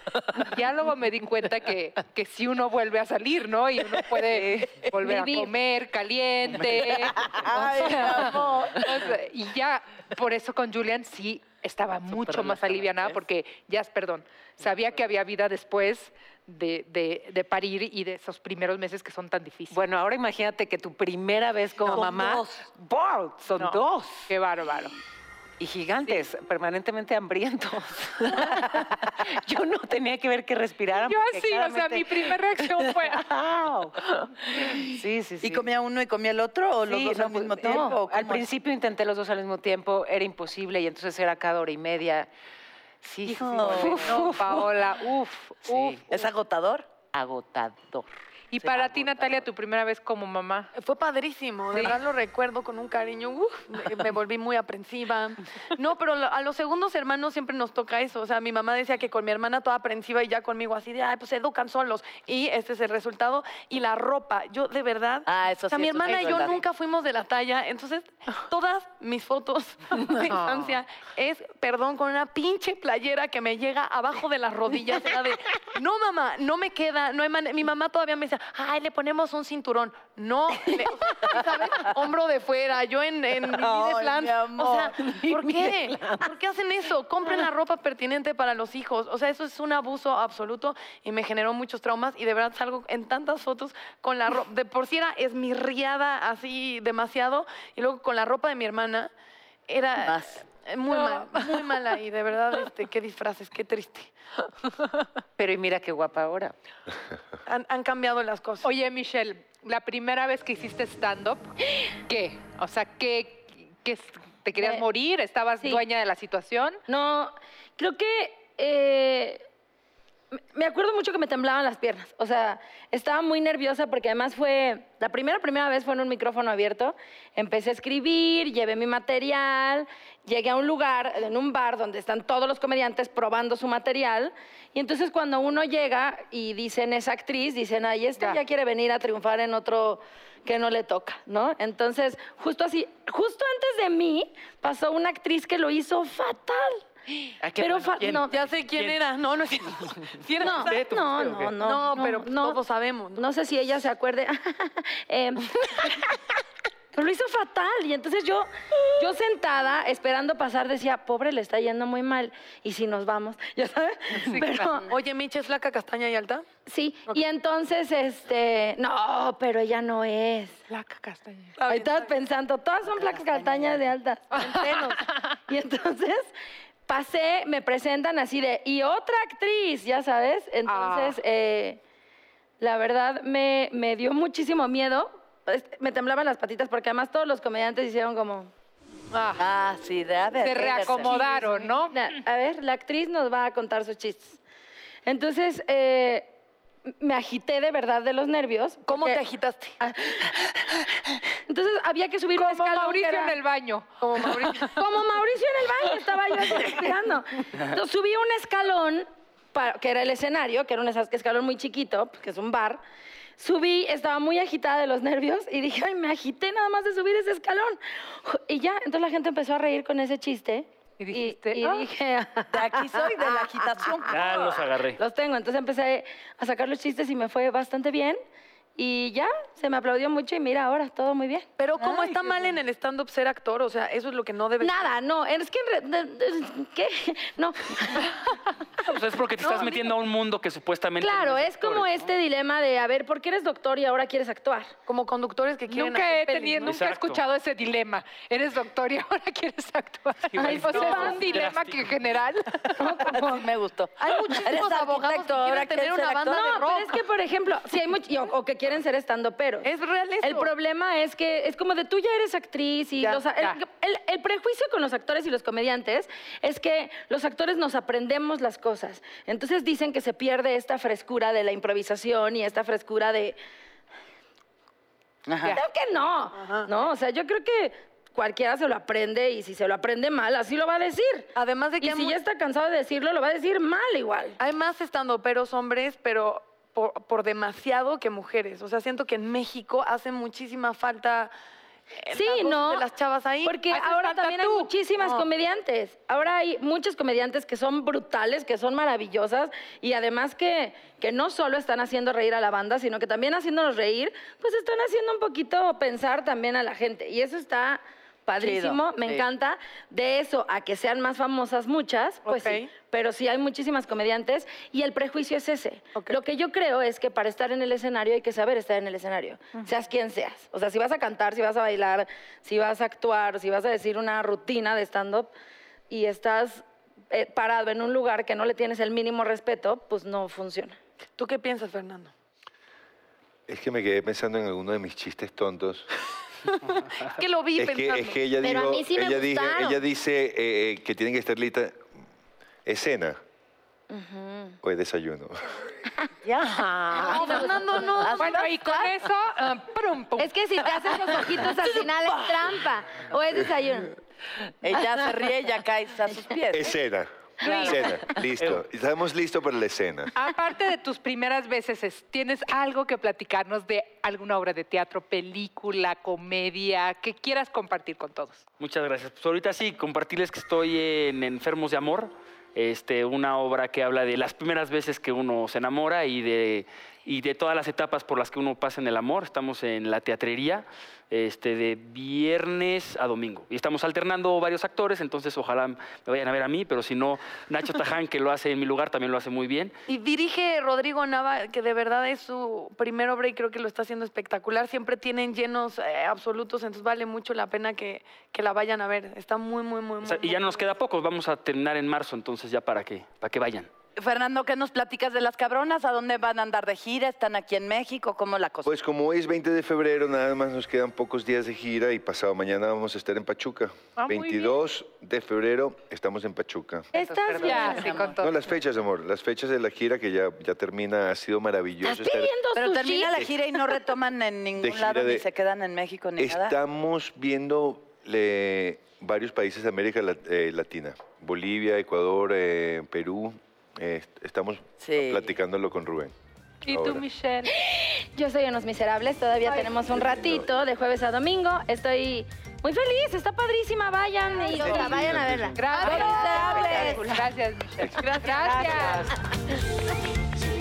Speaker 6: Y ya luego me di cuenta que, que sí uno vuelve a salir, ¿no? Y uno puede volver
Speaker 4: Vivir.
Speaker 6: a comer caliente.
Speaker 2: Ay,
Speaker 6: O sea,
Speaker 2: amor.
Speaker 6: o sea, y ya, por eso con Julian sí estaba mucho más alivianada, porque ya, es- perdón, sabía que había vida después de, de- de parir y de esos primeros meses que son tan difíciles.
Speaker 5: Bueno, ahora imagínate que tu primera vez como
Speaker 2: Son
Speaker 5: mamá.
Speaker 2: dos.
Speaker 5: ¡Bol! Son
Speaker 6: No,
Speaker 5: dos.
Speaker 6: Qué bárbaro.
Speaker 5: Y gigantes, permanentemente hambrientos. Yo no tenía que ver que respiraran.
Speaker 6: Yo
Speaker 5: porque
Speaker 6: así, o sea, mi
Speaker 5: claramente-
Speaker 6: primera reacción fue... ah,
Speaker 5: ¡Au! Sí, sí, sí.
Speaker 2: ¿Y comía uno y comía el otro o los
Speaker 5: Sí,
Speaker 2: dos
Speaker 5: no,
Speaker 2: al mismo
Speaker 5: pues, no,
Speaker 2: tiempo? o
Speaker 5: al
Speaker 2: cómo es?
Speaker 5: principio intenté los dos al mismo tiempo, era imposible y entonces era cada hora y media. Sí, sí, sí, fue
Speaker 6: Híjole, no, Paola, uf,
Speaker 5: Sí.
Speaker 6: uf.
Speaker 2: ¿Es agotador?
Speaker 5: agotador.
Speaker 6: Y para ti, Natalia, tu primera vez como mamá.
Speaker 3: Fue padrísimo, de verdad lo recuerdo con un cariño, uf, me- me volví muy aprensiva. No, pero lo- a los segundos hermanos siempre nos toca eso, o sea, mi mamá decía que con mi hermana toda aprensiva y ya conmigo así de, ay, pues se educan solos. Y este es el resultado. Y la ropa, yo de verdad,
Speaker 2: Ah, eso
Speaker 3: o sea,
Speaker 2: sí,
Speaker 3: mi
Speaker 2: eso sí
Speaker 3: hermana
Speaker 2: es
Speaker 3: y yo
Speaker 2: verdad.
Speaker 3: nunca fuimos de la talla, entonces todas mis fotos de infancia es, perdón, con una pinche playera que me llega abajo de las rodillas, era de, no mamá, no me queda, no hay manera". mi mamá todavía me decía, ay, le ponemos un cinturón, no, le- ¿sabes? Hombro de fuera, yo en, en mi
Speaker 2: Ay, mi
Speaker 3: plan, o
Speaker 2: amor,
Speaker 3: sea, ¿por qué? ¿Por qué hacen eso? Compren la ropa pertinente para los hijos, o sea, eso es un abuso absoluto y me generó muchos traumas y de verdad salgo en tantas fotos con la ropa, de por si era esmirriada así demasiado y luego con la ropa de mi hermana era
Speaker 2: Más.
Speaker 3: eh, muy mal, muy mala y de verdad, este, qué disfraces, qué triste.
Speaker 5: Pero y mira qué guapa ahora.
Speaker 3: Han, han cambiado las cosas.
Speaker 6: Oye, Michelle, la primera vez que hiciste stand-up, ¿qué? O sea, ¿qué, qué- ¿Te querías
Speaker 4: Eh,
Speaker 6: morir? ¿Estabas
Speaker 4: sí.
Speaker 6: dueña de la situación?
Speaker 4: No, creo que eh, me- me acuerdo mucho que me temblaban las piernas. O sea, estaba muy nerviosa porque además fue, la primera, primera vez fue en un micrófono abierto. Empecé a escribir, llevé mi material, llegué a un lugar, en un bar donde están todos los comediantes probando su material. Y entonces cuando uno llega y dicen esa actriz, dicen, ay, esta ya. quiere venir a triunfar en otro que no le toca, ¿no? Entonces, justo así, justo antes de mí pasó una actriz que lo hizo fatal.
Speaker 5: Ah, qué
Speaker 4: Pero
Speaker 5: bueno,
Speaker 4: fa-
Speaker 5: ¿quién?
Speaker 4: no,
Speaker 3: Ya sé quién, era. No, no es cierto. Sí era
Speaker 4: no,
Speaker 3: usted.
Speaker 4: no,
Speaker 7: fuiste o qué?
Speaker 4: no,
Speaker 3: No,
Speaker 4: no,
Speaker 3: pero todos sabemos, ¿no?
Speaker 4: No sé si ella se acuerde. Em, pero lo hizo fatal. Y entonces yo, yo sentada, esperando pasar, decía, pobre, le está yendo muy mal. Y si nos vamos, ya sabes. pero
Speaker 3: Oye, Micha, ¿es laca, castaña y alta?
Speaker 4: sí, y entonces, este, no, pero ella no es.
Speaker 6: Placa castaña.
Speaker 4: Ahí estaba pensando, todas son placas castañas de altas, con senos. Y entonces pasé, me presentan así de, y otra actriz, ya sabes. Entonces,
Speaker 6: Ah.
Speaker 4: eh, la verdad me, me dio muchísimo miedo. Pues, Me temblaban las patitas porque además todos los comediantes hicieron como,
Speaker 11: Ah, sí, de a ver.
Speaker 6: Se
Speaker 11: ¿qué verse?
Speaker 6: reacomodaron, ¿no?
Speaker 4: "Na- a ver, la actriz nos va a contar sus chistes. Entonces, eh, me agité de verdad de los nervios.
Speaker 3: ¿Cómo
Speaker 4: porque- Ah,
Speaker 3: te agitaste?
Speaker 4: Entonces había que subir un
Speaker 6: Como
Speaker 4: escalón. que
Speaker 6: Mauricio
Speaker 4: era-
Speaker 6: en el baño. Como Mauricio.
Speaker 4: Como Mauricio en el baño estaba yo así respirando. Entonces subí un escalón, para- que era el escenario, que era un esas- escalón muy chiquito, pues, que es un bar. Subí, estaba muy agitada de los nervios y dije, ay, me agité nada más de subir ese escalón. Y ya, entonces la gente empezó a reír con ese chiste.
Speaker 6: Y dijiste,
Speaker 4: y
Speaker 6: "Ah".
Speaker 4: dije,
Speaker 11: De aquí soy, de la agitación.
Speaker 7: Ya los agarré.
Speaker 4: los tengo. Entonces empecé a sacar los chistes y me fue bastante bien. Y ya, se me aplaudió mucho y mira, ahora todo muy bien.
Speaker 3: Pero ¿cómo está mal en el stand-up ser actor? O sea, eso es lo que no debe...
Speaker 4: Nada, no, es que... en re- ¿Qué? No.
Speaker 7: Pues es porque te estás metiendo a un mundo que supuestamente.
Speaker 4: Claro,
Speaker 7: no
Speaker 4: es como
Speaker 7: actores,
Speaker 4: este dilema de, a ver, ¿por qué eres doctor y ahora quieres actuar?
Speaker 3: Como conductores que quieren
Speaker 6: Nunca
Speaker 3: hacer
Speaker 6: he
Speaker 3: pelis,
Speaker 6: tenido,
Speaker 3: ¿no?
Speaker 6: nunca he
Speaker 7: Exacto.
Speaker 6: escuchado ese dilema. Eres doctor y ahora quieres actuar.
Speaker 7: Ay,
Speaker 6: o sea,
Speaker 7: no,
Speaker 6: es un dilema
Speaker 7: drástico.
Speaker 6: que en general.
Speaker 11: Sí, me gustó.
Speaker 3: Hay muchísimos
Speaker 11: Eres
Speaker 3: abogados que
Speaker 11: arquitecto, ahora
Speaker 3: quieren tener
Speaker 11: quieres
Speaker 3: una
Speaker 11: ser
Speaker 3: banda
Speaker 11: actor.
Speaker 3: de
Speaker 4: No,
Speaker 3: rock.
Speaker 4: pero es que, por ejemplo, si hay muchos, o que quieren ser estando pero.
Speaker 3: Es real eso.
Speaker 4: El problema es que es como de tú ya eres actriz y
Speaker 6: Ya,
Speaker 4: los- el-
Speaker 6: ya.
Speaker 4: El, el prejuicio con los actores y los comediantes es que los actores nos aprendemos las cosas. Entonces dicen que se pierde esta frescura de la improvisación y esta frescura de... Creo que no. No, o sea, yo creo que cualquiera se lo aprende y si se lo aprende mal, así lo va a decir.
Speaker 3: Además de que
Speaker 4: Y
Speaker 3: hay
Speaker 4: si
Speaker 3: mu-
Speaker 4: ya está cansado de decirlo, lo va a decir mal igual.
Speaker 3: Hay más estandoperos hombres, pero por, por demasiado que mujeres. O sea, siento que en México hace muchísima falta eh,
Speaker 4: Sí,
Speaker 3: las voces
Speaker 4: ¿no?
Speaker 3: de las chavas ahí.
Speaker 4: Porque
Speaker 3: Hace
Speaker 4: ahora
Speaker 3: falta
Speaker 4: también hay
Speaker 3: tú.
Speaker 4: muchísimas
Speaker 3: No.
Speaker 4: comediantes. Ahora hay muchos comediantes que son brutales, que son maravillosas y además que, que no solo están haciendo reír a la banda, sino que también haciéndonos reír, pues están haciendo un poquito pensar también a la gente. Y eso está padrísimo,
Speaker 11: Chido,
Speaker 4: me
Speaker 11: sí.
Speaker 4: encanta. De eso a que sean más famosas muchas, pues
Speaker 3: Ok.
Speaker 4: sí. Pero sí hay muchísimas comediantes y el prejuicio es ese. Lo que yo creo es que para estar en el escenario hay que saber estar en el escenario, seas quien seas. O sea, si vas a cantar, si vas a bailar, si vas a actuar, si vas a decir una rutina de stand-up y estás eh, parado en un lugar que no le tienes el mínimo respeto, pues no funciona.
Speaker 3: ¿Tú qué piensas, Fernando?
Speaker 8: Es que me quedé pensando en alguno de mis chistes tontos.
Speaker 3: Es que lo vi
Speaker 8: Es que,
Speaker 3: pensando.
Speaker 8: es que ella,
Speaker 9: Pero a
Speaker 8: dijo-
Speaker 9: mí sí me
Speaker 8: ella, dije-
Speaker 9: gustaron.
Speaker 8: ella dice eh, eh, que tienen que estar lista escena o es desayuno.
Speaker 3: No, Fernando, no.
Speaker 6: bueno, y con eso, ah, prum, pum.
Speaker 9: Es que si te haces los ojitos al final es trampa. O es desayuno.
Speaker 11: Ella se ríe y ya cae a sus pies.
Speaker 8: Escena. Escena. Listo. Estamos listos para la escena.
Speaker 6: Aparte de tus primeras veces, es- ¿tienes algo que platicarnos de alguna obra de teatro, película, comedia, que quieras compartir con todos?
Speaker 7: Muchas gracias. Pues ahorita sí, compartirles que estoy en Enfermos de Amor, este, una obra que habla de las primeras veces que uno se enamora y de, y de todas las etapas por las que uno pasa en el amor. Estamos en la teatrería este, de viernes a domingo. Y estamos alternando varios actores, entonces ojalá me vayan a ver a mí, pero si no, Nacho Taján, que lo hace en mi lugar, también lo hace muy bien.
Speaker 3: Y dirige Rodrigo Nava, que de verdad es su primer obra y creo que lo está haciendo espectacular. Siempre tienen llenos eh, absolutos, entonces vale mucho la pena que, que la vayan a ver. Está muy, muy, muy,
Speaker 7: O sea,
Speaker 3: muy-
Speaker 7: y ya nos queda poco, vamos a terminar en marzo, entonces ya para que, para que vayan.
Speaker 2: Fernando, ¿qué nos platicas de las cabronas? ¿A dónde van a andar de gira? ¿Están aquí en México? ¿Cómo la cosa?
Speaker 8: Pues como hoy es 20 de febrero, nada más nos quedan pocos días de gira y pasado mañana vamos a estar en Pachuca.
Speaker 6: Ah, muy
Speaker 8: 22 de febrero estamos en Pachuca.
Speaker 4: Estás
Speaker 6: Ya,
Speaker 4: bien.
Speaker 6: sí, con todo.
Speaker 8: No, las fechas, amor, las fechas de la gira que ya, ya termina, ha sido maravilloso.
Speaker 4: ¿Estás
Speaker 8: estar-
Speaker 4: pidiendo
Speaker 2: Pero
Speaker 4: sushi?
Speaker 2: termina la gira y no retoman en ningún
Speaker 8: gira
Speaker 2: lado, ni
Speaker 8: de-
Speaker 2: se quedan en México ni nada.
Speaker 8: Estamos viendo le- varios países de América Lat- eh, Latina, Bolivia, Ecuador, eh, Perú. eh, est- estamos
Speaker 2: Sí.
Speaker 8: platicándolo con Rubén.
Speaker 6: Y tú,
Speaker 8: Ahora.
Speaker 6: Michelle.
Speaker 4: Yo soy Unos Miserables, todavía tenemos un ratito de jueves a domingo. Estoy muy feliz, está padrísima, vayan y
Speaker 8: Excelente.
Speaker 4: vayan a verla.
Speaker 6: Gracias.
Speaker 4: Miserables.
Speaker 6: Gracias, Michelle. Gracias.
Speaker 8: Sí.